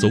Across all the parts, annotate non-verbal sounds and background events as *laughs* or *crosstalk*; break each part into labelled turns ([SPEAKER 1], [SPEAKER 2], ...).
[SPEAKER 1] 走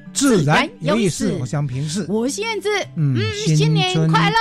[SPEAKER 2] 自然有意
[SPEAKER 3] 自
[SPEAKER 2] 思
[SPEAKER 3] 然有，
[SPEAKER 2] 我想平视。
[SPEAKER 3] 我是燕子，
[SPEAKER 2] 嗯
[SPEAKER 3] 新年快乐，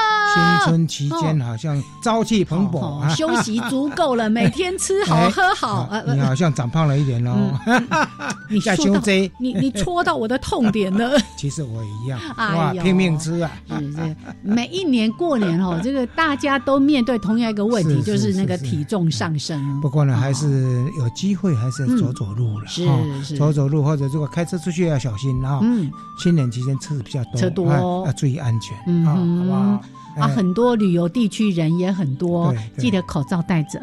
[SPEAKER 2] 新春期间好像朝气蓬勃
[SPEAKER 3] 哦
[SPEAKER 2] 啊，
[SPEAKER 3] 休息足够
[SPEAKER 2] *laughs*
[SPEAKER 3] 了，每天吃好
[SPEAKER 2] 哎
[SPEAKER 3] 喝好，呃
[SPEAKER 2] 啊你好像长胖了一点哦。 *laughs*
[SPEAKER 3] 你
[SPEAKER 2] 在
[SPEAKER 3] 说到
[SPEAKER 2] 胸椎
[SPEAKER 3] 你你戳到我的痛点了。
[SPEAKER 2] 其实我也一样，
[SPEAKER 3] 哎
[SPEAKER 2] 哇，
[SPEAKER 3] 呦
[SPEAKER 2] 拼命吃啊！
[SPEAKER 3] *laughs* 是是，每一年过年哦，这个大家都面对同样一个问题，
[SPEAKER 2] 是
[SPEAKER 3] 就是是那
[SPEAKER 2] 是
[SPEAKER 3] 个
[SPEAKER 2] 是
[SPEAKER 3] 体重上升。
[SPEAKER 2] 不过呢，
[SPEAKER 3] 哦
[SPEAKER 2] 还是有机会，还是走走路了
[SPEAKER 3] 是
[SPEAKER 2] 哦
[SPEAKER 3] 是
[SPEAKER 2] 走走路或者如果开车出去要小心啊。
[SPEAKER 3] 嗯
[SPEAKER 2] 新年期间吃的比较多，
[SPEAKER 3] 吃多
[SPEAKER 2] 啊要注意安全
[SPEAKER 3] 嗯
[SPEAKER 2] 啊，
[SPEAKER 3] 哼
[SPEAKER 2] 好不好？
[SPEAKER 3] 啊，
[SPEAKER 2] 哎
[SPEAKER 3] 很多旅游地区人也很多
[SPEAKER 2] 对，对
[SPEAKER 3] 记得口罩戴着。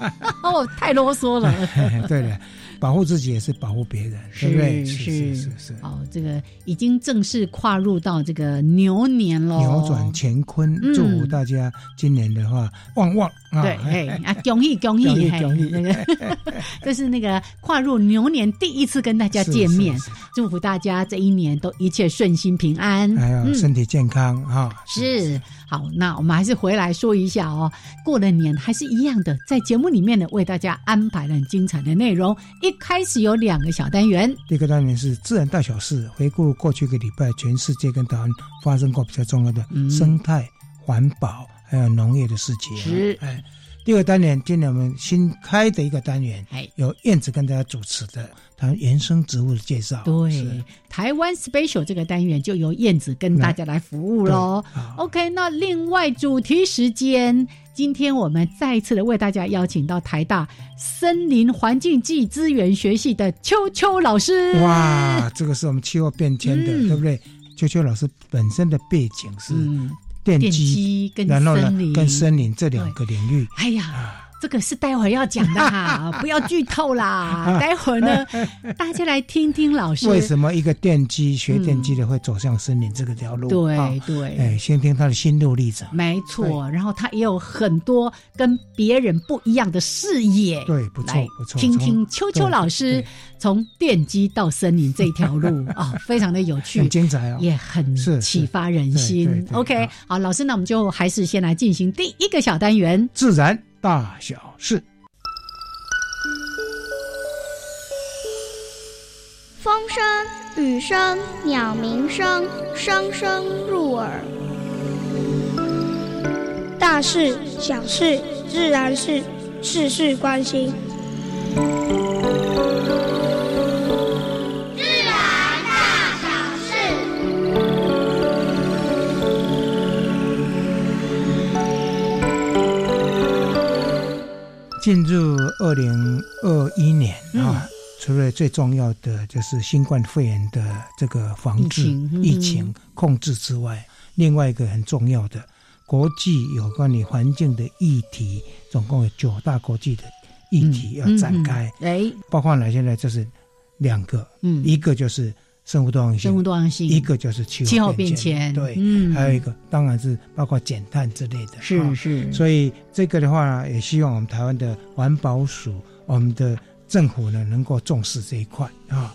[SPEAKER 3] *laughs* 哦，太啰嗦了。
[SPEAKER 2] 哎对了，保护自己也是保护别人， *laughs* 对不对？
[SPEAKER 3] 是
[SPEAKER 2] 是是是。
[SPEAKER 3] 哦，这个已经正式跨入到这个牛年了，
[SPEAKER 2] 扭转乾坤，
[SPEAKER 3] 哦嗯
[SPEAKER 2] 祝福大家今年的话旺旺啊！
[SPEAKER 3] 对，
[SPEAKER 2] 哎
[SPEAKER 3] 哎啊，恭喜恭喜
[SPEAKER 2] 恭喜
[SPEAKER 3] 嘿
[SPEAKER 2] 恭喜
[SPEAKER 3] 那个 *laughs* 这是那个跨入牛年第一次跟大家见面，
[SPEAKER 2] 是是是
[SPEAKER 3] 祝福大家这一年都一切顺心平安。
[SPEAKER 2] 还有
[SPEAKER 3] 嗯
[SPEAKER 2] 身体健康啊！
[SPEAKER 3] 是好，那我们还是回来说一下哦。过了年还是一样的，在节目里面呢，为大家安排了很精彩的内容。一开始有两个小单元，
[SPEAKER 2] 第一个单元是自然大小事，回顾过去一个礼拜全世界跟台湾发生过比较重要的
[SPEAKER 3] 嗯
[SPEAKER 2] 生态、环保还有农业的事情。
[SPEAKER 3] 是
[SPEAKER 2] 哎，第二个单元，今年我们新开的一个单元，
[SPEAKER 3] 哎，
[SPEAKER 2] 由燕子跟大家主持的谈原生植物的介绍。
[SPEAKER 3] 对
[SPEAKER 2] 是，
[SPEAKER 3] 台湾 special 这个单元就由燕子跟大家来服务喽。
[SPEAKER 2] 对好
[SPEAKER 3] OK，那另外主题时间，今天我们再一次的为大家邀请到台大森林环境暨资源学系的秋秋老师。
[SPEAKER 2] 哇，这个是我们气候变迁的，
[SPEAKER 3] 嗯
[SPEAKER 2] 对不对？秋秋老师本身的背景是
[SPEAKER 3] 嗯，
[SPEAKER 2] 电
[SPEAKER 3] 电
[SPEAKER 2] 机
[SPEAKER 3] 机跟
[SPEAKER 2] 然后呢
[SPEAKER 3] 森林，，
[SPEAKER 2] 跟森林啊这两个领域，
[SPEAKER 3] 哎呀。这个是待会儿要讲的
[SPEAKER 2] *laughs*
[SPEAKER 3] 哈，不要剧透啦。待会儿呢，大家来听听老师。
[SPEAKER 2] 为什么一个电机学电机的会走向森林这个条路？啊
[SPEAKER 3] 对对，嗯
[SPEAKER 2] 哎，先听他的心路历程。
[SPEAKER 3] 没错，然后他也有很多跟别人不一样的视野。
[SPEAKER 2] 对，不错
[SPEAKER 3] 来
[SPEAKER 2] 不错，
[SPEAKER 3] 听
[SPEAKER 2] 从
[SPEAKER 3] 听秋秋老师
[SPEAKER 2] 对
[SPEAKER 3] 从电机到森林这一条
[SPEAKER 2] *laughs*
[SPEAKER 3] 路啊、非常的有趣
[SPEAKER 2] 很。精彩哦。
[SPEAKER 3] 也很
[SPEAKER 2] 是是
[SPEAKER 3] 启发人
[SPEAKER 2] 对
[SPEAKER 3] 心。
[SPEAKER 2] 对对
[SPEAKER 3] OK，
[SPEAKER 2] 好
[SPEAKER 3] 好，老师，那我们就还是先来进行第一个小单元。
[SPEAKER 2] 自然大小事，
[SPEAKER 4] 风声、雨声、鸟鸣声，声声入耳。
[SPEAKER 5] 大事、小事、自然是事事关心。
[SPEAKER 2] 进入二零二一年
[SPEAKER 3] 嗯
[SPEAKER 2] 啊，除了最重要的就是新冠肺炎的这个防治
[SPEAKER 3] 疫情嗯
[SPEAKER 2] 疫情控制之外，另外一个很重要的国际有关于环境的议题，总共有九大国际的议题
[SPEAKER 3] 嗯
[SPEAKER 2] 要展开。
[SPEAKER 3] 哎，
[SPEAKER 2] 包括哪些呢？就是两个，
[SPEAKER 3] 嗯，
[SPEAKER 2] 一个就是生物多样性
[SPEAKER 3] 生物，多样性，
[SPEAKER 2] 一个就是气
[SPEAKER 3] 气候
[SPEAKER 2] 候
[SPEAKER 3] 变
[SPEAKER 2] 变
[SPEAKER 3] 迁，
[SPEAKER 2] 对，
[SPEAKER 3] 嗯，
[SPEAKER 2] 还有一个当然是包括减碳之类的。
[SPEAKER 3] 是
[SPEAKER 2] 啊
[SPEAKER 3] 是，
[SPEAKER 2] 所以这个的话，也希望我们台湾的环保署、我们的政府呢，能够重视这一块啊。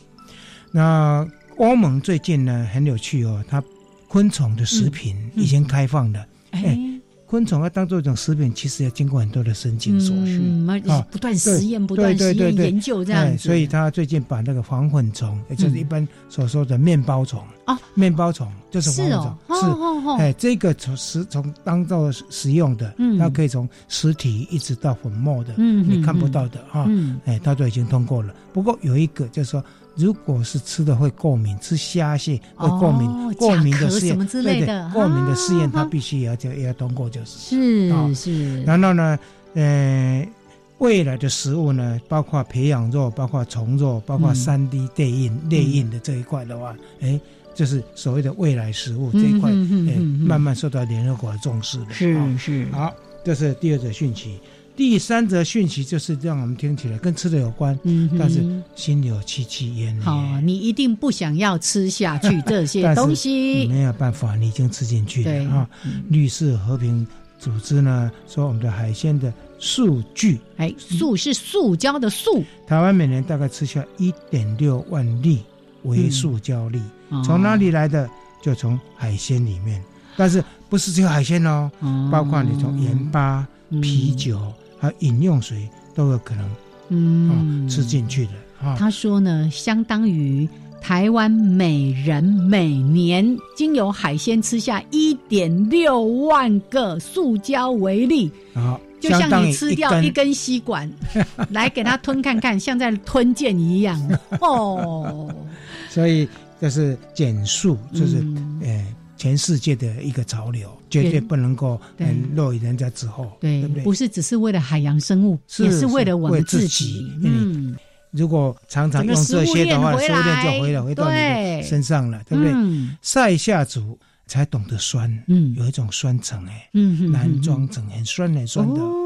[SPEAKER 2] 那欧盟最近呢很有趣哦，它昆虫的食品
[SPEAKER 3] 嗯
[SPEAKER 2] 已经开放了。
[SPEAKER 3] 哎，
[SPEAKER 2] 昆虫要当做一种食品，其实要经过很多的申请手续。
[SPEAKER 3] 嗯，
[SPEAKER 2] 啊
[SPEAKER 3] 不断实验，不断
[SPEAKER 2] 对
[SPEAKER 3] 实
[SPEAKER 2] 对
[SPEAKER 3] 验
[SPEAKER 2] 对对
[SPEAKER 3] 研究这样子，嗯
[SPEAKER 2] 哎所以他最近把那个防粉虫，也就是一般所说的面包虫
[SPEAKER 3] 哦，
[SPEAKER 2] 面包虫就是
[SPEAKER 3] 是
[SPEAKER 2] 防粉
[SPEAKER 3] 哦
[SPEAKER 2] 虫，，
[SPEAKER 3] 哦哦哦，
[SPEAKER 2] 哎，这个从食从当做食用的，
[SPEAKER 3] 嗯
[SPEAKER 2] 它可以从实体一直到粉末的，
[SPEAKER 3] 嗯
[SPEAKER 2] 你
[SPEAKER 3] 嗯
[SPEAKER 2] 看不
[SPEAKER 3] 嗯
[SPEAKER 2] 到的啊，
[SPEAKER 3] 嗯，
[SPEAKER 2] 哎，它都已经通过了。不过有一个就是说，如果是吃的会过敏，吃虾蟹会过敏，
[SPEAKER 3] 哦
[SPEAKER 2] 过敏
[SPEAKER 3] 甲
[SPEAKER 2] 的
[SPEAKER 3] 壳
[SPEAKER 2] 试验
[SPEAKER 3] 什么之类的
[SPEAKER 2] 对对过敏的试验
[SPEAKER 3] 啊
[SPEAKER 2] 它必须也要也要通过，就是。
[SPEAKER 3] 是
[SPEAKER 2] 哦
[SPEAKER 3] 是，
[SPEAKER 2] 然后呢，呃，未来的食物呢，包括培养肉，包括虫肉，包括
[SPEAKER 3] 嗯
[SPEAKER 2] 三 D 内印、内印的这一块的话，哎，就是所谓的未来食物这一块，
[SPEAKER 3] 嗯哼哼
[SPEAKER 2] 哎，
[SPEAKER 3] 哼哼
[SPEAKER 2] 慢慢受到联合国的重视了。哦
[SPEAKER 3] 是是，
[SPEAKER 2] 好，这是第二则讯息。第三则讯息就是让我们听起来跟吃的有关，
[SPEAKER 3] 嗯哼，
[SPEAKER 2] 但是心有戚戚焉呢。
[SPEAKER 3] 好，你一定不想要吃下去这些
[SPEAKER 2] *laughs* 但是嗯
[SPEAKER 3] 东
[SPEAKER 2] 你
[SPEAKER 3] 西，
[SPEAKER 2] 没有办法，你已经吃进去
[SPEAKER 3] 对嗯
[SPEAKER 2] 了啊。绿色和平组织呢说，我们的海鲜的数据，
[SPEAKER 3] 哎，塑是塑胶的塑，
[SPEAKER 2] 台湾每年大概吃下一点六万粒为塑胶粒，
[SPEAKER 3] 哦
[SPEAKER 2] 从哪？里来的？就从海鲜里面，但是不是只有海鲜哦，
[SPEAKER 3] 哦
[SPEAKER 2] 包括你从盐巴、啤，酒还有饮用水都有可能
[SPEAKER 3] 嗯
[SPEAKER 2] 啊吃进。去的啊。
[SPEAKER 3] 他说呢，相当于台湾每人每年经由海鲜吃下一点六万个塑胶为例，
[SPEAKER 2] 好，
[SPEAKER 3] 就
[SPEAKER 2] 相
[SPEAKER 3] 像
[SPEAKER 2] 当于
[SPEAKER 3] 你吃掉一
[SPEAKER 2] 根
[SPEAKER 3] 根吸
[SPEAKER 2] *laughs*
[SPEAKER 3] 管，来给它吞看看，像在吞剑一样。哦，
[SPEAKER 2] 所以这是减速， *laughs* 就是、
[SPEAKER 3] 嗯
[SPEAKER 2] 呃全世界的一个潮流，绝对
[SPEAKER 3] 对
[SPEAKER 2] 不能够
[SPEAKER 3] 对
[SPEAKER 2] 嗯落于人家之后，
[SPEAKER 3] 对，
[SPEAKER 2] 对不对？
[SPEAKER 3] 是只是为了海洋生物，
[SPEAKER 2] 是
[SPEAKER 3] 也是为了我
[SPEAKER 2] 是为
[SPEAKER 3] 们己
[SPEAKER 2] 自己。
[SPEAKER 3] 嗯，
[SPEAKER 2] 如果常常
[SPEAKER 3] 整个
[SPEAKER 2] 用这些的话，
[SPEAKER 3] 食
[SPEAKER 2] 食
[SPEAKER 3] 物
[SPEAKER 2] 物
[SPEAKER 3] 链
[SPEAKER 2] 链
[SPEAKER 3] 回来
[SPEAKER 2] 就回来回到你
[SPEAKER 3] 对
[SPEAKER 2] 的身上了，对不对？
[SPEAKER 3] 嗯
[SPEAKER 2] 晒下煮才懂得酸，
[SPEAKER 3] 嗯
[SPEAKER 2] 有一种酸橙哎、
[SPEAKER 3] 嗯哼，
[SPEAKER 2] 南庄橙很酸很酸的。
[SPEAKER 3] 哦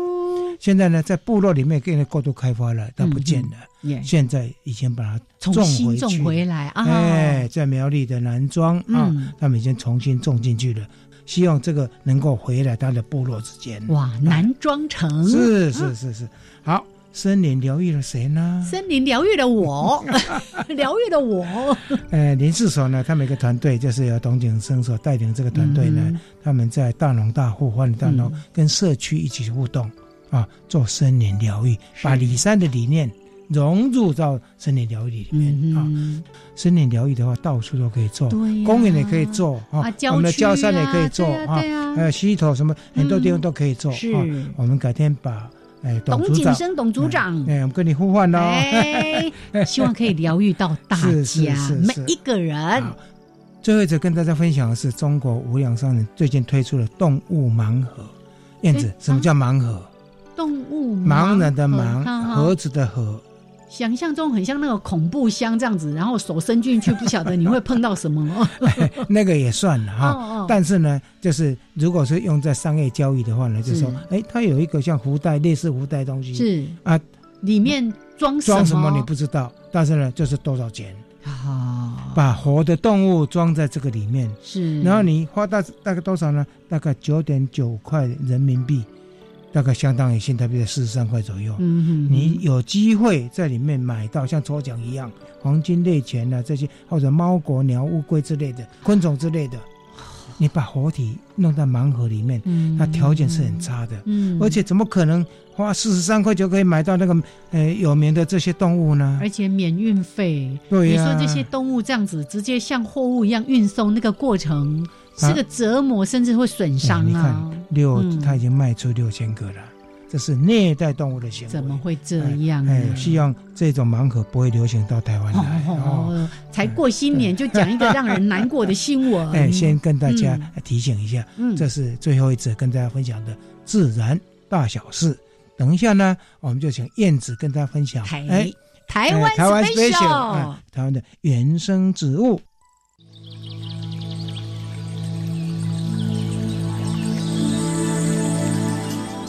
[SPEAKER 2] 现在呢，在部落里面给人过度开发了，它
[SPEAKER 3] 嗯
[SPEAKER 2] 不见了。
[SPEAKER 3] 耶，
[SPEAKER 2] 现在已经把它
[SPEAKER 3] 重
[SPEAKER 2] 种
[SPEAKER 3] 新
[SPEAKER 2] 回
[SPEAKER 3] 种
[SPEAKER 2] 去，
[SPEAKER 3] 回来啊，
[SPEAKER 2] 哎，在苗栗的南庄啊，
[SPEAKER 3] 嗯
[SPEAKER 2] 他们已经重新种进去了，希望这个能够回来他的部落之间。
[SPEAKER 3] 哇，南庄城
[SPEAKER 2] 是是是是，好，森林疗愈了谁呢？
[SPEAKER 3] 森林疗愈了
[SPEAKER 2] *laughs*
[SPEAKER 3] 我，疗愈了我。
[SPEAKER 2] 呃，林氏所呢，他们一个团队就是由董景生所带领这个团队呢，
[SPEAKER 3] 嗯
[SPEAKER 2] 他们在大农大户、欢乐大农、跟社区一起互动啊，做森林疗愈，把李山的理念融入到森林疗愈里面、啊。
[SPEAKER 3] 嗯，
[SPEAKER 2] 森林疗愈的话，到处都可以做，
[SPEAKER 3] 对呀
[SPEAKER 2] 公园也可以做啊
[SPEAKER 3] 啊，郊
[SPEAKER 2] 我们的
[SPEAKER 3] 区啊
[SPEAKER 2] 郊山也可以做啊哎
[SPEAKER 3] 对呀对啊呀
[SPEAKER 2] 还有溪头什么很多地方都可以做、
[SPEAKER 3] 是
[SPEAKER 2] 啊。我们改天把哎董
[SPEAKER 3] 董
[SPEAKER 2] 组
[SPEAKER 3] 景
[SPEAKER 2] 长，
[SPEAKER 3] 生董组长
[SPEAKER 2] 哎，，哎我们跟你互换喽。
[SPEAKER 3] 哎，希望可以疗愈到大
[SPEAKER 2] 是是
[SPEAKER 3] 家
[SPEAKER 2] 是
[SPEAKER 3] 每
[SPEAKER 2] 是
[SPEAKER 3] 一个人。
[SPEAKER 2] 好最后一则跟大家分享的是中国无良商人最近推出了动物盲盒。燕子
[SPEAKER 3] 哎，
[SPEAKER 2] 什么叫盲盒？
[SPEAKER 3] 动物
[SPEAKER 2] 盲人的
[SPEAKER 3] 盲
[SPEAKER 2] 盲
[SPEAKER 3] 盒，哈
[SPEAKER 2] 盒子的盒。
[SPEAKER 3] 想象中很像那个恐怖箱这样子，然后手伸进去，不晓得你会碰到什
[SPEAKER 2] *laughs*
[SPEAKER 3] 么。
[SPEAKER 2] 那个也算了哈。
[SPEAKER 3] 哦哦
[SPEAKER 2] 但是呢，就是如果是用在商业交易的话呢，就是说，哎，它有一个像福袋类似福袋东西，
[SPEAKER 3] 是
[SPEAKER 2] 啊，
[SPEAKER 3] 里面装
[SPEAKER 2] 装
[SPEAKER 3] 什
[SPEAKER 2] 什么你不知道，但是呢，就是多少钱，
[SPEAKER 3] 啊？
[SPEAKER 2] 把活的动物装在这个里面，
[SPEAKER 3] 是，
[SPEAKER 2] 然后你花大大概多少呢？大概九点九块人民币，大概相当于新台币的四十三块左右。
[SPEAKER 3] 嗯哼，
[SPEAKER 2] 你有机会在里面买到像抽奖一样黄金猎钱啊这些，或者猫狗鸟乌龟之类的昆虫之类的，你把活体弄到盲盒里面，
[SPEAKER 3] 啊嗯
[SPEAKER 2] 它条件是很，差的，
[SPEAKER 3] 嗯，
[SPEAKER 2] 而且怎么可能花四十三块就可以买到那个呃有名的这些动物呢
[SPEAKER 3] 而？且免运费。
[SPEAKER 2] 对
[SPEAKER 3] 哎你
[SPEAKER 2] 呀、
[SPEAKER 3] 说这些动物这样子直接像货物一样运送，那个过程
[SPEAKER 2] 啊
[SPEAKER 3] 是个折磨，甚至会损伤
[SPEAKER 2] 哎你
[SPEAKER 3] 啊！
[SPEAKER 2] 看六，
[SPEAKER 3] 嗯
[SPEAKER 2] 它已经卖出六千个了，这是虐待动物的行为。
[SPEAKER 3] 怎么会这样啊呢？
[SPEAKER 2] 哎，希望这种盲盒不会流行到台湾来哦。
[SPEAKER 3] 哦，才过新年就讲一个让人难过的新闻。
[SPEAKER 2] *laughs* 哎，先跟大家
[SPEAKER 3] 嗯
[SPEAKER 2] 提醒一下，
[SPEAKER 3] 嗯，
[SPEAKER 2] 这是最后一则跟大家分享的自然大小事。等一下呢，我们就请燕子跟大家分享，
[SPEAKER 3] 台台
[SPEAKER 2] 哎
[SPEAKER 3] 湾
[SPEAKER 2] 台湾
[SPEAKER 3] special，
[SPEAKER 2] 哎台湾的原生植物。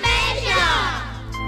[SPEAKER 4] special。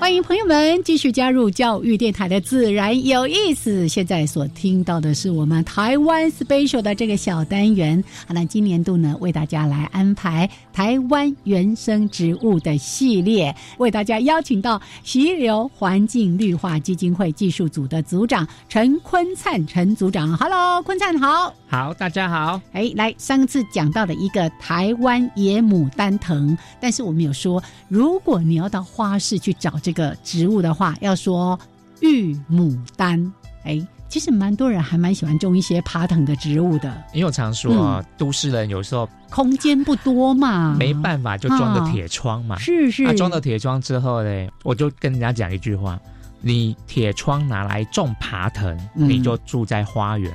[SPEAKER 3] 欢迎朋友们继续加入教育电台的自然有意思。现在所听到的是我们台湾 special 的这个小单元。好，那今年度呢，为大家来安排台湾原生植物的系列，为大家邀请到溪流环境绿化基金会技术组的组长陈坤灿陈组长。Hello，坤灿好。
[SPEAKER 6] 好，大家好。
[SPEAKER 3] 哎，来，上次讲到的一个台湾野牡丹藤，但是我们有说，如果你要到花市去找这个植物的话，要说玉牡丹。哎，其实蛮多人还蛮喜欢种一些爬藤的植物的，
[SPEAKER 6] 因为我常说啊，
[SPEAKER 3] 嗯
[SPEAKER 6] 都市人有时候
[SPEAKER 3] 空间不多嘛，
[SPEAKER 6] 没办法就装的铁窗嘛。
[SPEAKER 3] 嗯是是，
[SPEAKER 6] 啊，装了铁窗之后呢，我就跟人家讲一句话：你铁窗拿来种爬藤，
[SPEAKER 3] 嗯
[SPEAKER 6] 你就住在花园；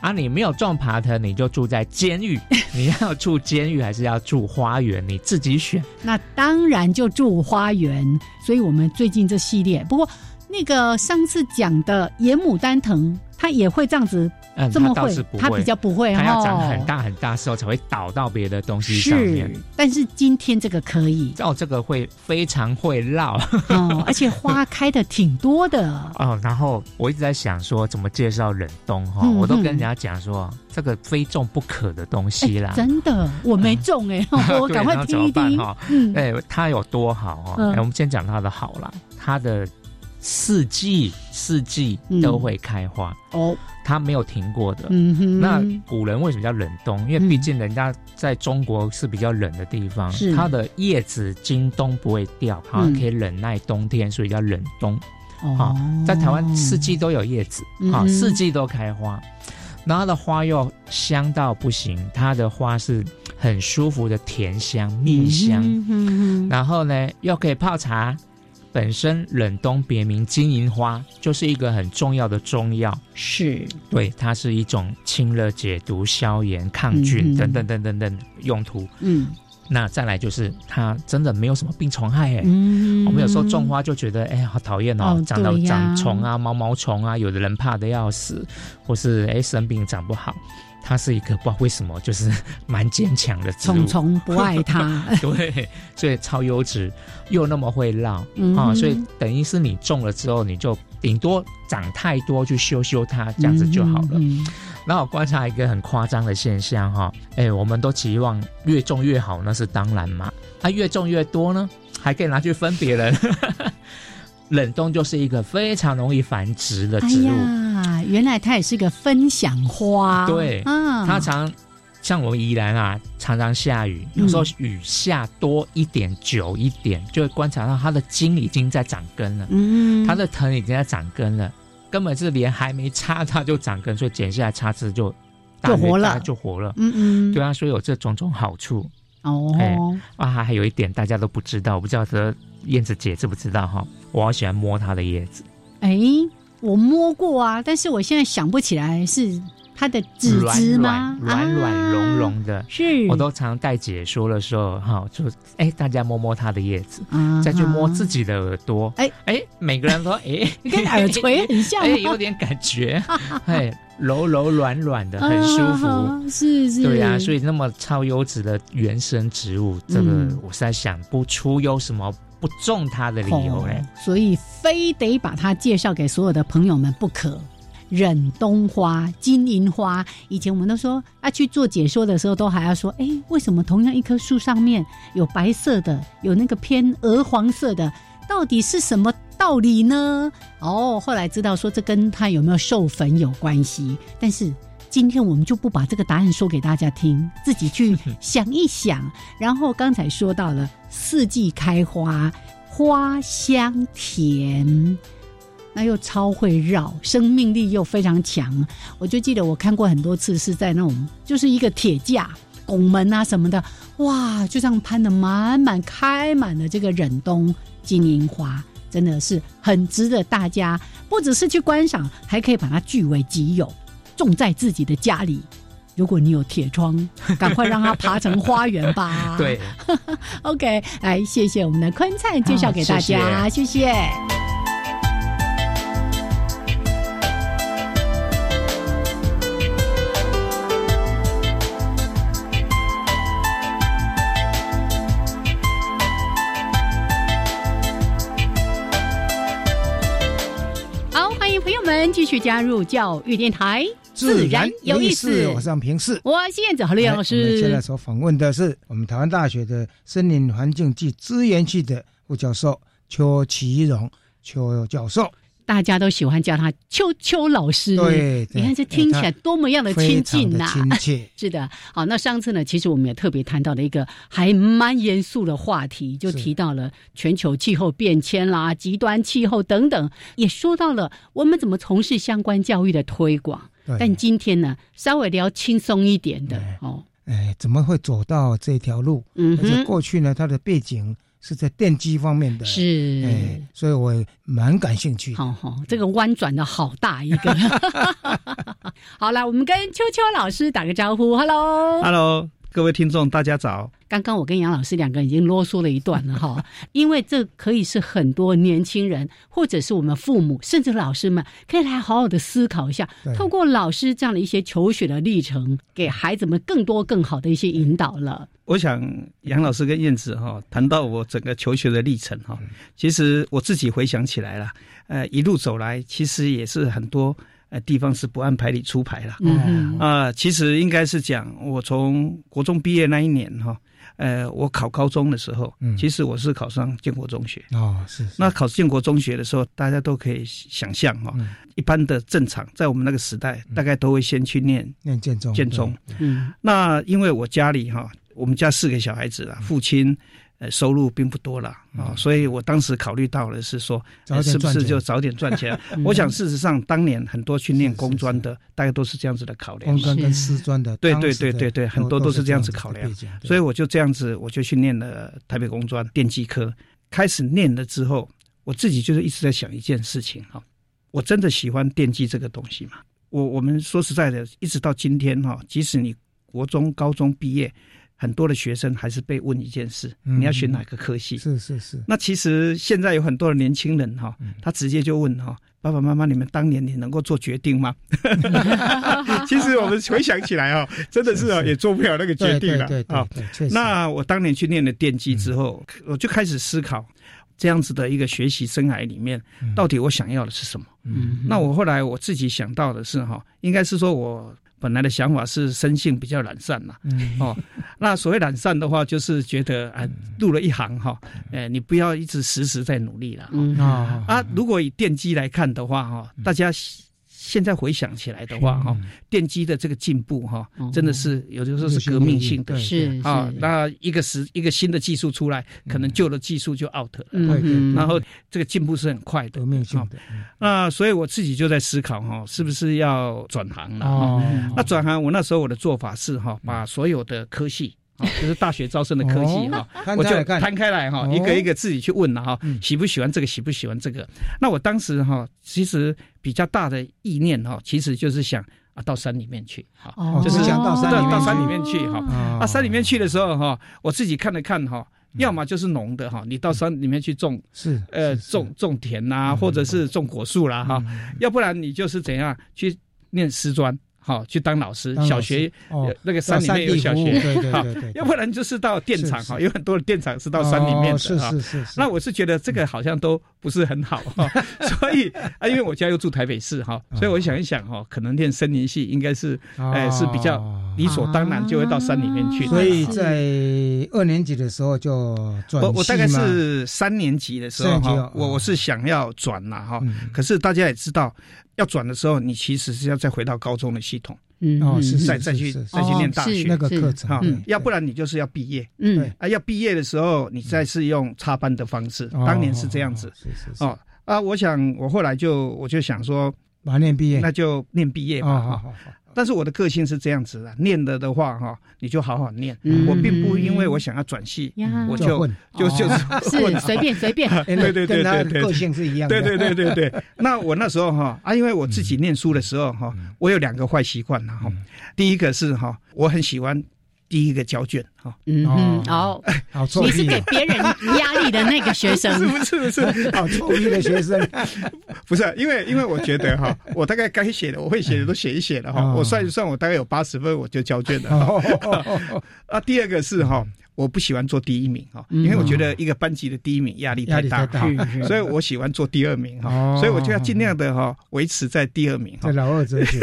[SPEAKER 6] 啊，你没有种爬藤，你就住在
[SPEAKER 3] *laughs*
[SPEAKER 6] 监狱。你要住监狱还是要住花园，你自己选。
[SPEAKER 3] 那当然就住花园。所以我们最近这系列，不过那个上次讲的野牡丹藤，它也会这样子
[SPEAKER 6] 嗯，
[SPEAKER 3] 这么
[SPEAKER 6] 他倒
[SPEAKER 3] 会
[SPEAKER 6] 是不，
[SPEAKER 3] 它
[SPEAKER 6] 会
[SPEAKER 3] 比较不会，
[SPEAKER 6] 它要长
[SPEAKER 3] 哦
[SPEAKER 6] 很大很大时候才会倒到别的东西上面
[SPEAKER 3] 是。，但是今天这个可以
[SPEAKER 6] 哦，这个会非常会绕 *laughs*
[SPEAKER 3] 哦，而且花开的挺多的，
[SPEAKER 6] 哦。然后我一直在想说怎么介绍忍冬哈、
[SPEAKER 3] 嗯
[SPEAKER 6] 我都跟
[SPEAKER 3] 嗯哎
[SPEAKER 6] 人家讲说这个非种不可的东西啦。
[SPEAKER 3] 真的我没中哎、 *laughs*
[SPEAKER 6] *laughs*
[SPEAKER 3] 我
[SPEAKER 6] 嗯对
[SPEAKER 3] 赶快
[SPEAKER 6] 那怎
[SPEAKER 3] 听
[SPEAKER 6] 么
[SPEAKER 3] 一
[SPEAKER 6] 办
[SPEAKER 3] 听
[SPEAKER 6] 哈，
[SPEAKER 3] 嗯，
[SPEAKER 6] 哎、它有多好哦？
[SPEAKER 3] 嗯
[SPEAKER 6] 哎我们先讲它的好啦，它的四季四季都会开花，
[SPEAKER 3] 哦，
[SPEAKER 6] 它没有停过的。
[SPEAKER 3] 嗯哼，
[SPEAKER 6] 那古人为什么叫忍冬？因为
[SPEAKER 3] 嗯
[SPEAKER 6] 毕竟人家在中国是比较冷的地方，
[SPEAKER 3] 是
[SPEAKER 6] 它的叶子经冬不会掉，它
[SPEAKER 3] 嗯
[SPEAKER 6] 可以忍耐冬天，所以叫忍冬。
[SPEAKER 3] 哦
[SPEAKER 6] 好，在台湾四季都有叶子
[SPEAKER 3] 嗯
[SPEAKER 6] 啊，
[SPEAKER 3] 嗯
[SPEAKER 6] 四季都开花，然后它的花又香到不行，它的花是很舒服的甜香、蜜香，
[SPEAKER 3] 嗯哼
[SPEAKER 6] 然后呢又可以泡茶。本身忍冬别名金银花就是一个很重要的中药，
[SPEAKER 3] 是
[SPEAKER 6] 对，它是一种清热解毒、消炎、抗
[SPEAKER 3] 嗯
[SPEAKER 6] 菌
[SPEAKER 3] 嗯
[SPEAKER 6] 等等等等等用途。
[SPEAKER 3] 嗯
[SPEAKER 6] 那再来就是它真的没有什么病虫害哎、
[SPEAKER 3] 嗯
[SPEAKER 6] 我们有时候种花就觉得，哎、好讨厌哦
[SPEAKER 3] 哦，
[SPEAKER 6] 长到
[SPEAKER 3] 对呀
[SPEAKER 6] 长虫啊、毛毛虫啊，有的人怕的要死，或是哎、生病长不好。它是一个不知道为什么就是蛮坚强的植物
[SPEAKER 3] 虫，虫不爱它，
[SPEAKER 6] *laughs* 对，所以超优质，又那么会绕啊、
[SPEAKER 3] 嗯哼
[SPEAKER 6] 所以等于是你种了之后，你就顶多长太多去修修它， *laughs* 这样子就好了。
[SPEAKER 3] 嗯
[SPEAKER 6] 那我观察一个很夸张的现象哈、哎，我们都期望越种越好，那是当然嘛。啊，越种越多呢，还可以拿去分别人。 *laughs* 冷冻就是一个非常容易繁殖的
[SPEAKER 3] 哎
[SPEAKER 6] 植物，
[SPEAKER 3] 呀，原来它也是个分享花，
[SPEAKER 6] 对
[SPEAKER 3] 啊，
[SPEAKER 6] 它常像我们宜兰啊，常常下雨，
[SPEAKER 3] 嗯
[SPEAKER 6] 有时候雨下多一点、久一点，就会观察到它的茎已经在长根了，
[SPEAKER 3] 嗯
[SPEAKER 6] 它的藤已经在长根了，根本是连还没插它就长根，所以剪下来插枝就大约
[SPEAKER 3] 就活了
[SPEAKER 6] 大概就活了。
[SPEAKER 3] 嗯嗯
[SPEAKER 6] 对啊，所以有这种种好处
[SPEAKER 3] 哦
[SPEAKER 6] 哎啊，还有一点大家都不知道，我不知道这燕子姐知不知道哈？我好喜欢摸它的叶子，
[SPEAKER 3] 哎，我摸过啊，但是我现在想不起来是它的纸
[SPEAKER 6] 软
[SPEAKER 3] 质吗
[SPEAKER 6] 软？软软绒
[SPEAKER 3] 啊，
[SPEAKER 6] 绒的，
[SPEAKER 3] 是
[SPEAKER 6] 我都常带解说的时候哈，就哎大家摸摸它的叶子，
[SPEAKER 3] 啊
[SPEAKER 6] 再去摸
[SPEAKER 3] 哈
[SPEAKER 6] 自，己的耳朵，
[SPEAKER 3] 哎
[SPEAKER 6] 哎，每个人都哎
[SPEAKER 3] 跟耳垂啊很像
[SPEAKER 6] *laughs* 哎
[SPEAKER 3] 吗，
[SPEAKER 6] 有点感
[SPEAKER 3] *laughs*
[SPEAKER 6] 觉，哎柔柔软软的，很舒服。
[SPEAKER 3] 啊是是，
[SPEAKER 6] 对呀、所
[SPEAKER 3] 以
[SPEAKER 6] 以那么超优质的原生植物，这个
[SPEAKER 3] 嗯
[SPEAKER 6] 我实在想不出有什么不种它的理
[SPEAKER 3] 哦
[SPEAKER 6] 由哎嘞。。
[SPEAKER 3] 所以非得把它介绍给所有的朋友们不可。忍冬花、金银花，以前我们都说啊，去做解说的时候都还要说，哎，为什么同样一棵树上面有白色的，有那个偏鹅黄色的，到底是什么道理呢？哦，后来知道说这跟它有没有授粉有关系，但是今天我们就不把这个答案说给大家听，自己去想一想。然后刚才说到了四季开花，花香甜。那又超会绕，生命力又非常强。我就记得我看过很多次是在那种就是一个铁架、拱门啊什么的，哇，就这样攀的满满开满了这个忍冬金银花，真的是很值得大家不只是去观赏，还可以把它据为己有，种在自己的家里。如果你有铁窗，赶快让它爬成花园吧
[SPEAKER 6] *laughs* 对。
[SPEAKER 3] ，OK，来谢谢我们的坤灿介绍给大家，
[SPEAKER 6] 好
[SPEAKER 3] 谢谢
[SPEAKER 4] 春
[SPEAKER 3] 欢迎朋友们继续加入教育电台，
[SPEAKER 2] 我是杨平视。
[SPEAKER 3] 我是燕子和刘
[SPEAKER 2] 哎
[SPEAKER 3] 老
[SPEAKER 2] 我们现在
[SPEAKER 3] 师。
[SPEAKER 2] 所访问的是我们台湾大学的森林环境暨资源系的副教授邱其荣邱教授。
[SPEAKER 3] 大家都喜欢叫他秋秋老师。
[SPEAKER 2] 对，
[SPEAKER 3] 嗯
[SPEAKER 2] 对
[SPEAKER 3] 你看这听起来
[SPEAKER 2] 哎
[SPEAKER 3] 多么样
[SPEAKER 2] 他
[SPEAKER 3] 的
[SPEAKER 2] 非
[SPEAKER 3] 亲近
[SPEAKER 2] 常
[SPEAKER 3] 啊
[SPEAKER 2] 的
[SPEAKER 3] 呐、*laughs*。
[SPEAKER 2] 亲切
[SPEAKER 3] 是的，好，那上次呢，其实我们也特别谈到了一个还蛮严肃的话题，就是提到了全球气候变迁啦、极端气候等等，也说到了我们怎么从事相关教育的推广。
[SPEAKER 2] 对
[SPEAKER 3] 但今天呢，稍微聊轻松一点的
[SPEAKER 2] 对
[SPEAKER 3] 哦，
[SPEAKER 2] 哎，怎么会走到这条路？
[SPEAKER 3] 嗯
[SPEAKER 2] 而且
[SPEAKER 3] 哼，
[SPEAKER 2] 过去呢，他的背景是在电机方面的，，
[SPEAKER 7] 嗯
[SPEAKER 3] 是。
[SPEAKER 2] 哎，所以我蛮感兴趣的。
[SPEAKER 3] 好好，这个弯转的好大一
[SPEAKER 7] *laughs*
[SPEAKER 3] 个。好了，我们跟秋秋老师打个招呼，Hello。
[SPEAKER 7] Hello，各位听众，大家早。
[SPEAKER 3] 刚刚我跟杨老师两个人已经啰嗦了一段了哈，因为这可以是很多年轻人，或者是我们父母，甚至老师们，可以来好好的思考一下
[SPEAKER 2] 对，
[SPEAKER 3] 透过老师这样的一些求学的历程，给孩子们更多更好的一些引导了。
[SPEAKER 7] 我想杨老师跟燕子哈、谈到我整个求学的历程
[SPEAKER 2] 嗯
[SPEAKER 7] 哈、其实我自己回想起来了，呃，一路走来，其实也是很多呃地方是不按牌理出牌了。
[SPEAKER 3] 嗯嗯
[SPEAKER 7] 啊、其实应该是讲，我从国中毕业那一年哈、呃，我考高中的时候，
[SPEAKER 2] 嗯
[SPEAKER 7] 其实我是考上建国中学。
[SPEAKER 2] 哦，是是
[SPEAKER 7] 那考建国中学的时候，大家都可以想象哈、
[SPEAKER 2] 嗯
[SPEAKER 7] 一般的正常在我们那个时代，大概都会先去念
[SPEAKER 2] 念建中，
[SPEAKER 7] 建中
[SPEAKER 2] 对
[SPEAKER 3] 嗯
[SPEAKER 7] 那因为我家里哈、我们家四个小孩子
[SPEAKER 2] 嗯
[SPEAKER 7] 啦，父亲呃收入并不多啦啊、所以我当时考虑到的是说，
[SPEAKER 2] 早
[SPEAKER 7] 呃、
[SPEAKER 2] 点
[SPEAKER 7] 是不
[SPEAKER 2] 赚
[SPEAKER 7] 是
[SPEAKER 2] 钱
[SPEAKER 7] 就早点赚钱？啊
[SPEAKER 2] *laughs*
[SPEAKER 7] 我想事实上当年很多去念工专的，大概都是这样子的考量
[SPEAKER 2] 工。专跟
[SPEAKER 3] 是
[SPEAKER 2] 师专的，
[SPEAKER 7] 对
[SPEAKER 2] 当
[SPEAKER 7] 对
[SPEAKER 2] 时
[SPEAKER 7] 对
[SPEAKER 2] 的
[SPEAKER 7] 对对很多都是这样子
[SPEAKER 2] 的
[SPEAKER 7] 考量
[SPEAKER 2] 背景对
[SPEAKER 7] 所以我就这样子，我就去念了台北工专电机科。开始念了之后，我自己就是一直在想一件事情哈、我真的喜欢电机这个东西嘛？我我们说实在的，一直到今天哈、即使你国中、高中毕业，很多的学生还是被问一件事：
[SPEAKER 2] 嗯
[SPEAKER 7] 你要选哪个科系？
[SPEAKER 2] 是是是，
[SPEAKER 7] 那其实现在有很多的年轻人哈、
[SPEAKER 2] 嗯
[SPEAKER 7] 他直接就问哈、爸爸妈妈，你们当年你能够做决定吗？其实我们回想起来哦，真的是哦，
[SPEAKER 2] 是是
[SPEAKER 7] 也做不了那个决
[SPEAKER 2] 对
[SPEAKER 7] 定
[SPEAKER 2] 对
[SPEAKER 7] 了
[SPEAKER 2] 对
[SPEAKER 7] 啊
[SPEAKER 2] 对。对，确实
[SPEAKER 7] 那我当年去念了电机之后，我就开始思考这样子的一个学习生涯里面，
[SPEAKER 2] 嗯
[SPEAKER 7] 到底我想要的是什么？
[SPEAKER 3] 嗯，
[SPEAKER 7] 那我后来我自己想到的是哈，应该是说我本来的想法是生性比较懒散啦。
[SPEAKER 2] 嗯
[SPEAKER 7] 哦，那所谓懒散的话，就是觉得啊，入了一行哈，呃，你不要一直时时在努力了。
[SPEAKER 3] 嗯
[SPEAKER 2] 啊
[SPEAKER 7] 啊，如果以电机来看的话哈，大家现在回想起来的话哈，电机的这个进步哈
[SPEAKER 3] 嗯，
[SPEAKER 7] 真的是有的时候是革命性的
[SPEAKER 2] 对。
[SPEAKER 3] 是
[SPEAKER 7] 啊
[SPEAKER 3] 是，
[SPEAKER 7] 那一个时一个新的技术出来，
[SPEAKER 2] 嗯
[SPEAKER 7] 可能旧的技术就 out 了，
[SPEAKER 3] 嗯
[SPEAKER 2] 对对
[SPEAKER 3] 嗯
[SPEAKER 7] 然后这个进步是很快的
[SPEAKER 2] 革命性
[SPEAKER 7] 啊
[SPEAKER 2] 的
[SPEAKER 7] 那所以我自己就在思考哈，是不是要转行了？哈
[SPEAKER 2] 哦嗯
[SPEAKER 7] 那转行，我那时候我的做法是哈，把所有的科系。啊，就是大学招生的科系哈
[SPEAKER 2] 哦，摊
[SPEAKER 7] 我
[SPEAKER 2] 开
[SPEAKER 7] 就
[SPEAKER 2] 来看
[SPEAKER 7] 摊开来哈，
[SPEAKER 2] 哦
[SPEAKER 7] 一个一个自己去问了哈
[SPEAKER 2] 嗯，
[SPEAKER 7] 喜不喜欢这个，喜不喜欢这个？那我当时哈，其实比较大的意念哈，其实就是想啊，到山里面去啊，
[SPEAKER 3] 哦嗯
[SPEAKER 7] 就是想
[SPEAKER 2] 到山里
[SPEAKER 7] 到
[SPEAKER 2] 面
[SPEAKER 7] 到山
[SPEAKER 2] 去
[SPEAKER 7] 里面去哈。
[SPEAKER 2] 啊
[SPEAKER 7] 啊，山里面去的时候哈，我自己看了看哈，
[SPEAKER 2] 嗯
[SPEAKER 7] 要么就是农的哈，你到山里面去种
[SPEAKER 2] 是
[SPEAKER 7] 呃
[SPEAKER 2] 嗯是是嗯
[SPEAKER 7] 种种田呐、或者是种果树啦哈，要不然你就是怎样去念师专，好去当老师，
[SPEAKER 2] 当老师
[SPEAKER 7] 小学、
[SPEAKER 2] 哦
[SPEAKER 7] 呃那个
[SPEAKER 2] 到
[SPEAKER 7] 山里面有
[SPEAKER 2] 地
[SPEAKER 7] 小
[SPEAKER 2] 服务
[SPEAKER 7] 学，
[SPEAKER 2] 对对
[SPEAKER 7] 好
[SPEAKER 2] 对对，
[SPEAKER 7] 要不然就是到电厂
[SPEAKER 2] 是
[SPEAKER 7] 哈，
[SPEAKER 2] 是
[SPEAKER 7] 有很多的电厂是到山里面
[SPEAKER 2] 哦
[SPEAKER 7] 的
[SPEAKER 2] 是
[SPEAKER 7] 哈。
[SPEAKER 2] 是是是，
[SPEAKER 7] 那我是觉得这个好像都不是很好哈，
[SPEAKER 2] 嗯
[SPEAKER 7] *laughs* 所以啊，因为我家又住台北市哈，所以我想一想哈，可能念森林系应该是哎是比较
[SPEAKER 2] 哦
[SPEAKER 7] 理所当然就会到山里面去的。
[SPEAKER 2] 所以
[SPEAKER 7] 哈
[SPEAKER 2] 在二年级的时候就转
[SPEAKER 7] 嗯我我大概
[SPEAKER 2] 系嘛
[SPEAKER 7] 是三年级的时候
[SPEAKER 2] 三年级
[SPEAKER 7] 哈
[SPEAKER 2] 哦，
[SPEAKER 7] 我我是想要转了哈，
[SPEAKER 2] 嗯
[SPEAKER 7] 可是大家也知道，要转的时候，你其实是要再回到高中的系统，
[SPEAKER 3] 嗯
[SPEAKER 2] 哦
[SPEAKER 3] 嗯
[SPEAKER 2] 是是
[SPEAKER 7] 再
[SPEAKER 2] 是
[SPEAKER 7] 再去
[SPEAKER 2] 是是
[SPEAKER 7] 再去念大
[SPEAKER 3] 哦是
[SPEAKER 7] 学
[SPEAKER 2] 那个课程
[SPEAKER 7] 哈
[SPEAKER 2] 嗯对
[SPEAKER 7] 要不然你就是要毕业
[SPEAKER 3] 嗯
[SPEAKER 2] 对
[SPEAKER 7] 啊。要毕业的时候，你再是用插班的方式，
[SPEAKER 2] 哦
[SPEAKER 7] 当年是这样子
[SPEAKER 2] 是是是
[SPEAKER 7] 哦。啊，我想我后来就我就想说，
[SPEAKER 2] 马念毕业
[SPEAKER 7] 那就念毕业吧
[SPEAKER 2] 哦好
[SPEAKER 7] 哈。
[SPEAKER 2] 好好
[SPEAKER 7] 但是我的个性是这样子的，念了的话哈，你就好好念。
[SPEAKER 3] 嗯
[SPEAKER 7] 我并不因为我想要转系，
[SPEAKER 3] 呀，
[SPEAKER 7] 嗯我
[SPEAKER 2] 就
[SPEAKER 7] 就 *laughs*
[SPEAKER 2] 混，
[SPEAKER 7] 就就是
[SPEAKER 3] 是随便随
[SPEAKER 7] *laughs*
[SPEAKER 3] 便，
[SPEAKER 2] 哎
[SPEAKER 7] 对对
[SPEAKER 2] 跟
[SPEAKER 7] 对
[SPEAKER 2] 他
[SPEAKER 7] 对对
[SPEAKER 2] 个性是一样的，
[SPEAKER 7] 对对对对对， *laughs* 那我那时候哈啊，因为我自己嗯念书的时候哈，我有两个坏习惯了哈。第一个是哈，我很喜欢第一个胶卷哈。，
[SPEAKER 3] 嗯哼，
[SPEAKER 2] 哦
[SPEAKER 3] 哦，
[SPEAKER 2] 好臭
[SPEAKER 3] 你是
[SPEAKER 2] 屁
[SPEAKER 3] 给
[SPEAKER 2] 哦，
[SPEAKER 3] 别人压力的那个学生
[SPEAKER 7] 不 *laughs* 是不是不是
[SPEAKER 2] 好臭屁的学
[SPEAKER 7] *laughs*
[SPEAKER 2] 生，
[SPEAKER 7] 不是，啊因为因为我觉得哈， *laughs* 我大概该写的我会写的都写一写了哈，
[SPEAKER 2] 哦
[SPEAKER 7] 我算一算，我大概有八十分我就交卷了 *laughs* 哈。
[SPEAKER 2] 哦
[SPEAKER 7] 啊，第二个是哈，我不喜欢做第一名哈，
[SPEAKER 3] 嗯
[SPEAKER 7] 因为我觉得一个班级的第一名压力
[SPEAKER 2] 压
[SPEAKER 7] 太
[SPEAKER 2] 力
[SPEAKER 7] 大
[SPEAKER 2] 太大
[SPEAKER 7] 哈，，所以我喜欢做第二名哈
[SPEAKER 2] 哦，
[SPEAKER 7] 所以我就要尽量的哈维持在第二名哈
[SPEAKER 2] 这。老二哲
[SPEAKER 7] *laughs*
[SPEAKER 2] 学，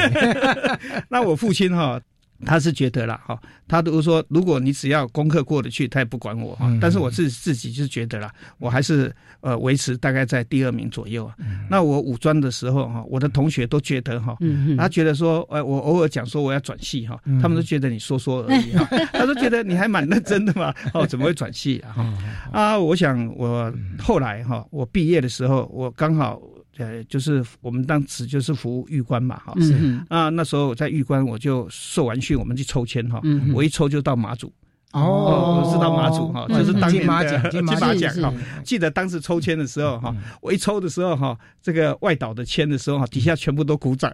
[SPEAKER 7] 那我父亲哈、他是觉得啦哈，他都说如果你只要功课过得去，他也不管我哈。
[SPEAKER 2] 嗯
[SPEAKER 7] 但是我自自己就觉得啦，我还是呃维持大概在第二名左右啊。
[SPEAKER 2] 嗯
[SPEAKER 7] 那我武专的时候哈，我的同学都觉得哈。
[SPEAKER 3] 嗯
[SPEAKER 7] 他
[SPEAKER 3] 哼，
[SPEAKER 7] 觉得说，呃，我偶尔讲说我要转系哈，
[SPEAKER 2] 嗯
[SPEAKER 7] 他们都觉得你说说而
[SPEAKER 2] *laughs*
[SPEAKER 7] 已哈，啊他都觉得你还蛮认真的嘛，哦，怎么会转系啊？哈
[SPEAKER 2] 嗯
[SPEAKER 7] 啊，我想我后来哈，我毕业的时候，我刚好呃，就是我们当时就是服务玉官嘛哈，
[SPEAKER 3] 嗯哼，
[SPEAKER 7] 啊，那时候我在玉关，我就受完训，我们去抽签哈，
[SPEAKER 3] 嗯哼
[SPEAKER 7] 我一抽就到马祖，
[SPEAKER 2] 哦，
[SPEAKER 7] 我知道马祖哈，
[SPEAKER 2] 嗯
[SPEAKER 7] 就是当
[SPEAKER 2] 金
[SPEAKER 7] 年
[SPEAKER 2] 马
[SPEAKER 7] 的
[SPEAKER 2] 奖，金马
[SPEAKER 7] 金
[SPEAKER 2] 奖
[SPEAKER 7] 马
[SPEAKER 3] 是
[SPEAKER 7] 奖
[SPEAKER 3] 是
[SPEAKER 7] 哈。记得当时抽签的时候哈，
[SPEAKER 3] 嗯
[SPEAKER 7] 我一抽的时候哈，这个外岛的签的时候哈，底下全部都鼓
[SPEAKER 3] *laughs*
[SPEAKER 7] 掌，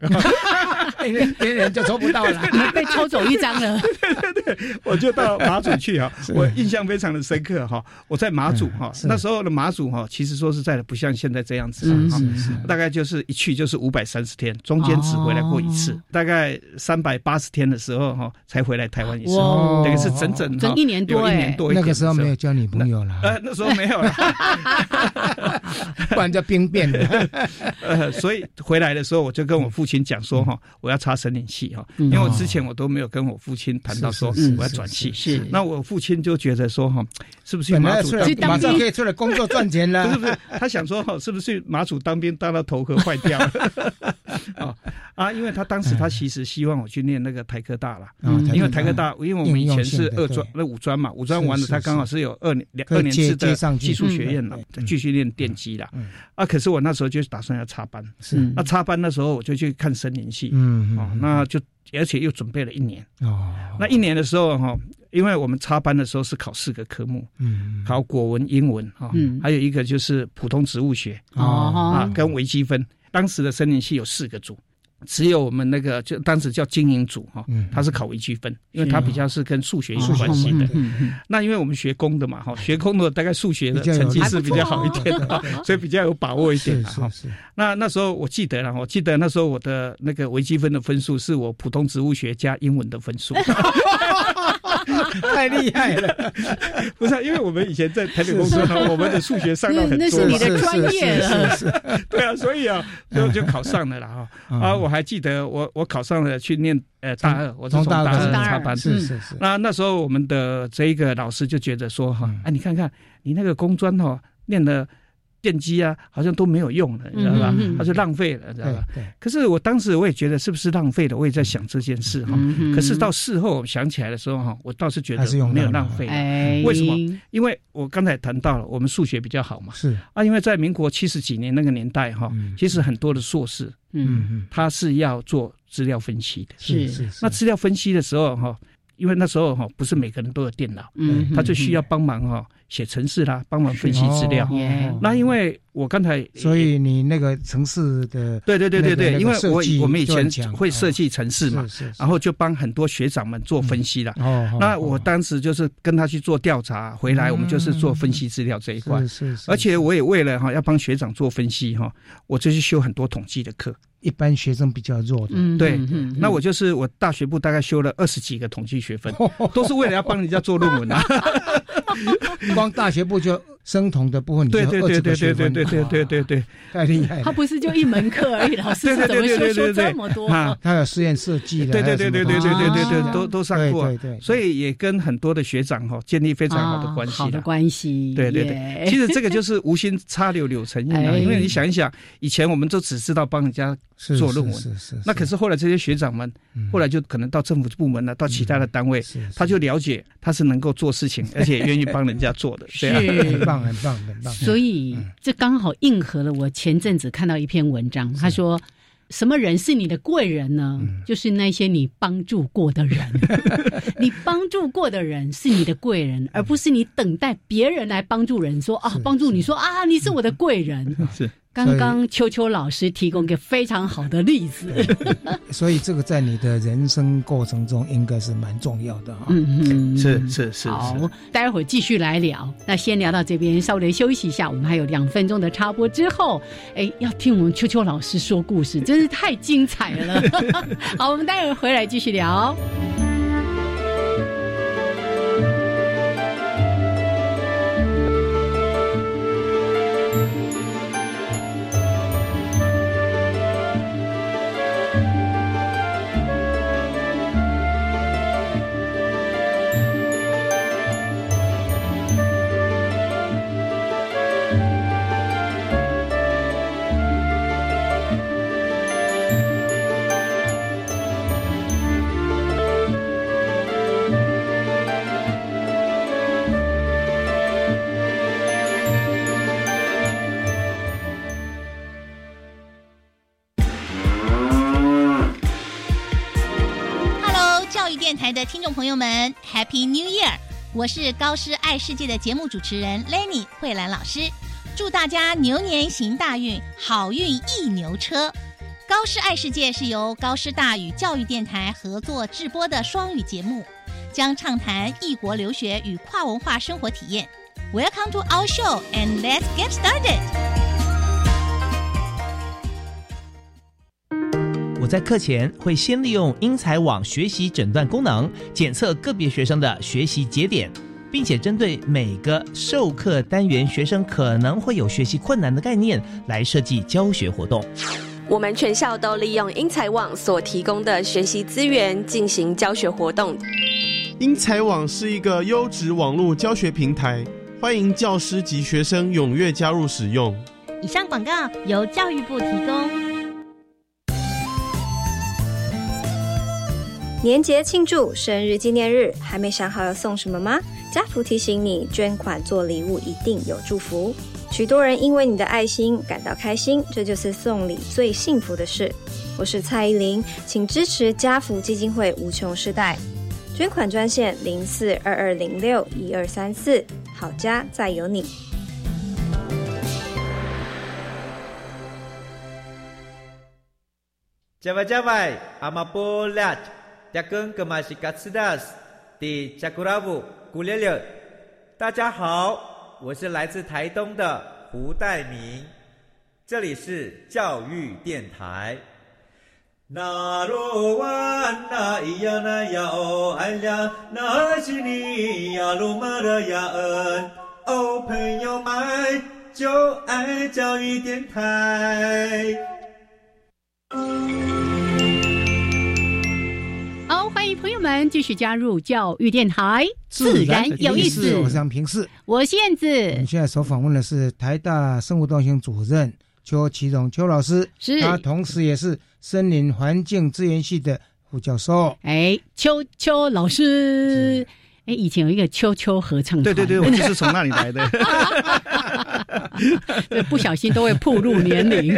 [SPEAKER 2] 因为哎别人就抽不
[SPEAKER 7] *laughs*
[SPEAKER 2] 到了。
[SPEAKER 3] 你被抽走一张了，
[SPEAKER 7] 我就到马祖去哈，我印象非常的深刻哈。我在马祖哈
[SPEAKER 2] 嗯，是
[SPEAKER 7] 那时候的马祖哈，其实说实在的，不像现在这样子
[SPEAKER 3] 嗯
[SPEAKER 7] 哈。
[SPEAKER 3] 是是，
[SPEAKER 7] 大概就是一去就是五百三十天，中间只回来过一次，
[SPEAKER 3] 哦
[SPEAKER 7] 大概三百八十天的时候哈，才回来台湾一次。
[SPEAKER 3] 哇
[SPEAKER 7] 等于是整整
[SPEAKER 3] 整
[SPEAKER 7] 哈
[SPEAKER 3] 一年多
[SPEAKER 7] 有一
[SPEAKER 3] 欸
[SPEAKER 7] 年多一
[SPEAKER 2] 那
[SPEAKER 7] 点
[SPEAKER 2] 个
[SPEAKER 7] 的
[SPEAKER 2] 时候没有，交女朋友啦，
[SPEAKER 7] 呃，那时候没有了，
[SPEAKER 2] *laughs* 不然就兵
[SPEAKER 7] *laughs*
[SPEAKER 2] 变了。
[SPEAKER 7] 呃，所以回来的时候我就跟我父亲讲说
[SPEAKER 2] 嗯
[SPEAKER 7] 哈，我要插森林系哈，
[SPEAKER 3] 嗯
[SPEAKER 7] 因为我之前我都没有跟我父亲谈到说
[SPEAKER 2] 哦是是是
[SPEAKER 7] 我要转系，
[SPEAKER 3] 是
[SPEAKER 7] 那我父亲就觉得说哈，是不是去
[SPEAKER 2] 本
[SPEAKER 7] 马
[SPEAKER 2] 来 *laughs*
[SPEAKER 7] 祖
[SPEAKER 2] 出
[SPEAKER 7] 当
[SPEAKER 2] 来
[SPEAKER 3] 去
[SPEAKER 7] 兵？
[SPEAKER 2] 马
[SPEAKER 3] 当
[SPEAKER 2] 上
[SPEAKER 3] 兵
[SPEAKER 2] 可以出来工作赚钱
[SPEAKER 7] 不是
[SPEAKER 2] 了
[SPEAKER 7] 不。是，他想说哈，是不是去马祖当兵当到头壳坏掉了？ *laughs* 哦啊，因为他当时
[SPEAKER 2] 嗯
[SPEAKER 7] 他其实希望我去念那个台科大啦。
[SPEAKER 2] 啊
[SPEAKER 3] 嗯
[SPEAKER 7] 因为台科大，因为我们以前是二
[SPEAKER 2] 应用性的
[SPEAKER 7] 专
[SPEAKER 2] 对，
[SPEAKER 7] 那五专嘛，五专
[SPEAKER 2] 是
[SPEAKER 7] 完了，
[SPEAKER 2] 是
[SPEAKER 7] 他刚好是有二年两
[SPEAKER 2] 可以
[SPEAKER 7] 二年
[SPEAKER 2] 接
[SPEAKER 7] 制的
[SPEAKER 2] 接上去
[SPEAKER 7] 技术学院了
[SPEAKER 2] 嗯，
[SPEAKER 7] 再继续练电机啦
[SPEAKER 2] 嗯。
[SPEAKER 7] 啊，可是我那时候就打算要插班，
[SPEAKER 2] 是
[SPEAKER 7] 那插班的时候我就去看森林系，
[SPEAKER 2] 嗯
[SPEAKER 7] 嗯哦，那就而且又准备了一年。
[SPEAKER 2] 哦
[SPEAKER 7] 那一年的时候哈，因为我们插班的时候是考四个科目，
[SPEAKER 2] 嗯
[SPEAKER 7] 考国文、英文哈
[SPEAKER 3] 嗯，
[SPEAKER 7] 还有一个就是普通植物学啊
[SPEAKER 3] 哦，
[SPEAKER 7] 跟微积分。当时的森林系有四个组，只有我们那个就当时叫经营组哈
[SPEAKER 2] 嗯，啊
[SPEAKER 7] 它是考微积分，因为它比较是跟数学有
[SPEAKER 2] 数学
[SPEAKER 7] 关系的
[SPEAKER 2] 嗯。
[SPEAKER 3] 嗯嗯
[SPEAKER 7] 那因为我们学工的嘛，哈，学工的大概数学的
[SPEAKER 2] 比较有
[SPEAKER 7] 成绩是比较好一点的，
[SPEAKER 2] 还不错哦
[SPEAKER 7] 哈所以比较有把握一点哦
[SPEAKER 2] 是
[SPEAKER 7] 的哈
[SPEAKER 2] 是。是
[SPEAKER 7] 那那时候我记得了，我记得那时候我的那个微积分的分数是我普通植物学加英文的
[SPEAKER 3] *laughs*
[SPEAKER 7] 分数，
[SPEAKER 2] 太厉害
[SPEAKER 7] *laughs*
[SPEAKER 2] 了，
[SPEAKER 7] 不是因为我们以前在台北工作呢，我们的数学上到很
[SPEAKER 3] 那
[SPEAKER 7] 多
[SPEAKER 3] 是
[SPEAKER 7] 嘛
[SPEAKER 3] 你，的专业了
[SPEAKER 2] 是是是是
[SPEAKER 7] *laughs* 对啊，所以啊，就就考上了啦哈。啊，
[SPEAKER 2] 嗯
[SPEAKER 7] 我还记得我我考上了去念呃大二，我是从大
[SPEAKER 3] 嗯从
[SPEAKER 7] 二
[SPEAKER 3] 大二
[SPEAKER 7] 插班。嗯
[SPEAKER 2] 是是是，
[SPEAKER 7] 那那时候我们的这一个老师就觉得说哈
[SPEAKER 2] 嗯，
[SPEAKER 7] 啊你看看你那个工专哦，念了电机啊，好像都没有用了，你知道吧
[SPEAKER 3] 嗯嗯嗯？
[SPEAKER 7] 他就浪费了，你知道
[SPEAKER 2] 对
[SPEAKER 7] 吧？
[SPEAKER 2] 对，
[SPEAKER 7] 可是我当时我也觉得是不是浪费了，我也在想这件事哈。
[SPEAKER 3] 嗯哼
[SPEAKER 7] 可是到事后我想起来的时候哈，我倒是觉
[SPEAKER 2] 还是
[SPEAKER 7] 得
[SPEAKER 2] 用到
[SPEAKER 7] 没有
[SPEAKER 2] 了
[SPEAKER 7] 浪费，
[SPEAKER 3] 哎，
[SPEAKER 7] 为什么？因为我刚才谈到了我们数学比较好嘛
[SPEAKER 2] 是
[SPEAKER 7] 啊，因为在民国七十几年那个年代哈
[SPEAKER 2] 嗯，
[SPEAKER 7] 其实很多的硕士
[SPEAKER 3] 嗯，
[SPEAKER 2] 嗯嗯
[SPEAKER 7] 他是要做资料分析的。
[SPEAKER 2] 是
[SPEAKER 3] 是
[SPEAKER 2] 是，
[SPEAKER 7] 那
[SPEAKER 2] 是
[SPEAKER 7] 资料分析的时候哈，因为那时候哈不是每个人都有电脑，
[SPEAKER 3] 嗯，
[SPEAKER 7] 他就需要帮忙哈写程式啦，帮忙分析资料
[SPEAKER 2] 哦。哦
[SPEAKER 7] 那因为我刚才
[SPEAKER 2] 所以你那个城市的
[SPEAKER 7] 对对对对对，
[SPEAKER 2] 那个
[SPEAKER 7] 因为
[SPEAKER 2] 设计
[SPEAKER 7] 我我们以
[SPEAKER 2] 就很
[SPEAKER 7] 前
[SPEAKER 2] 强嗯
[SPEAKER 7] 会设计程式嘛，
[SPEAKER 2] 是
[SPEAKER 7] 然后就帮很多学长们做分析了。
[SPEAKER 2] 哦，
[SPEAKER 7] 那我当时就是跟他去做调查，回来我们就是做分析资料这一块。
[SPEAKER 2] 嗯是是，是
[SPEAKER 7] 而且我也为了哈要帮学长做分析哈，我就去修很多统计的课。
[SPEAKER 2] 一般学生比较弱的，
[SPEAKER 3] 嗯，
[SPEAKER 7] 对
[SPEAKER 3] 嗯，嗯
[SPEAKER 7] 那我就是我大学部大概修了二十几个统计学分，
[SPEAKER 2] *laughs* 哦
[SPEAKER 7] 都是为了要帮人家做论文啊。
[SPEAKER 2] *laughs* 光大学部就生同的部分，你就
[SPEAKER 7] 对
[SPEAKER 2] 20个
[SPEAKER 7] 对对对对
[SPEAKER 2] 学
[SPEAKER 7] 对
[SPEAKER 2] 分 *laughs*
[SPEAKER 7] 对对对对，对，
[SPEAKER 2] 哇太厉害
[SPEAKER 3] 他
[SPEAKER 2] 了。
[SPEAKER 3] 不是就一门课而已，老师是怎么
[SPEAKER 7] 对
[SPEAKER 3] 说
[SPEAKER 7] 对对对对
[SPEAKER 3] 说
[SPEAKER 7] 对对
[SPEAKER 3] 这么多？
[SPEAKER 7] 啊，
[SPEAKER 2] 他有实验设计的，
[SPEAKER 7] 对
[SPEAKER 2] 还
[SPEAKER 7] 对
[SPEAKER 2] 有
[SPEAKER 7] 对
[SPEAKER 2] 什么东
[SPEAKER 7] 对对对
[SPEAKER 2] 西
[SPEAKER 7] 对对
[SPEAKER 3] 啊
[SPEAKER 7] 对，都都上过
[SPEAKER 2] 对，对对，
[SPEAKER 7] 所以也跟很多的学长哈建立非常好的关系
[SPEAKER 3] 啊好的
[SPEAKER 7] 了。
[SPEAKER 3] 关系，
[SPEAKER 7] 对对
[SPEAKER 3] 对
[SPEAKER 7] *laughs* 其实这个就是无心插柳柳成荫啊，
[SPEAKER 3] 哎
[SPEAKER 7] 因为你想一想，以前我们都只知道帮人家，
[SPEAKER 2] 是
[SPEAKER 7] 做论文
[SPEAKER 2] 是是是，嗯
[SPEAKER 7] 那可是后来这些学长们，后来就可能到政府部门了，到其他的单位，
[SPEAKER 2] 是
[SPEAKER 7] 他就了解他是能够做事情，而且愿意帮人家做的，对啊。
[SPEAKER 2] 很
[SPEAKER 3] 是。
[SPEAKER 2] 棒很棒很棒，
[SPEAKER 3] 所以
[SPEAKER 2] 嗯
[SPEAKER 3] 这刚好应和了我前阵子看到一篇文章，他说。什么人是你的贵人呢？
[SPEAKER 7] 嗯
[SPEAKER 3] 就是那些你帮助过的
[SPEAKER 7] *laughs*
[SPEAKER 3] 人，你帮助过的人是你的贵
[SPEAKER 7] 嗯
[SPEAKER 3] 人，而不是你等待别人来帮助人。说啊，帮助你说啊，你是我的贵人。
[SPEAKER 7] *laughs* 是
[SPEAKER 3] 刚刚秋秋老师提供一个非常好的例子，
[SPEAKER 2] 所以这个在你的人生过程中应该是蛮重要的啊哈。
[SPEAKER 3] 嗯嗯，
[SPEAKER 7] *laughs* 是是是是，
[SPEAKER 3] 好，待会儿继续来聊。那先聊到这边，稍微休息一下。我们还有两分钟的插播之后，哎，要听我们秋秋老师说故事，真是太精彩
[SPEAKER 7] *laughs*
[SPEAKER 3] 了。 *laughs* 好，我们待会儿回来继续聊。
[SPEAKER 8] Hello，教育电台的听众朋友们，Happy New Year！我是高师爱世界的节目主持人 Lenny 慧兰老师，祝大家牛年行大运，好运一牛车。高师爱世界是由高师大与教育电台合作制播的双语节目，将畅谈异国留学与跨文化生活体验。Welcome to our show and let's get started.
[SPEAKER 9] 我在课前会先利用英才网学习诊断功能检测个别学生的学习节点，并且针对每个授课单元学生可能会有学习困难的概念来设计教学活动。
[SPEAKER 10] 我们全校都利用英才网所提供的学习资源进行教学活动。
[SPEAKER 11] 英才网是一个优质网络教学平台，欢迎教师及学生踊跃加入使用。
[SPEAKER 12] 以上广告由教育部提供。
[SPEAKER 13] 年节庆祝、生日纪念日，还没想好要送什么吗？家福提醒你，捐款做礼物一定有祝福。许多人因为你的爱心感到开心，这就是送礼最幸福的事。我是蔡依林，请支持家福基金会无穷世代，捐款专线零四二二零六一二三四，好家再有你。
[SPEAKER 14] Java Java Amapolat Dakeng Kemashikatsidas Di Chakuravu Gulele。大家好，我是来自台东的胡代明，这里是教育电台。
[SPEAKER 15] 那罗哇那咿呀那呀哦哎呀，那是你呀鲁玛的呀恩哦，朋友们就爱教育电台。
[SPEAKER 3] 好，欢迎朋友们继续加入教育电台，有意思。
[SPEAKER 2] 我是杨平视。
[SPEAKER 3] 我是燕子，
[SPEAKER 2] 我
[SPEAKER 7] 嗯
[SPEAKER 2] 们现在所访问的是台大生物动心主任邱其荣邱老师，
[SPEAKER 3] 是
[SPEAKER 2] 他同时也是森林环境资源系的副教授。
[SPEAKER 3] 哎，秋秋老师，哎，以前有一个秋秋合唱团，
[SPEAKER 7] 对对对，我就是从那里来 *laughs* 的。
[SPEAKER 3] *laughs* 对，不小心都会暴露年
[SPEAKER 7] *laughs*
[SPEAKER 3] 龄。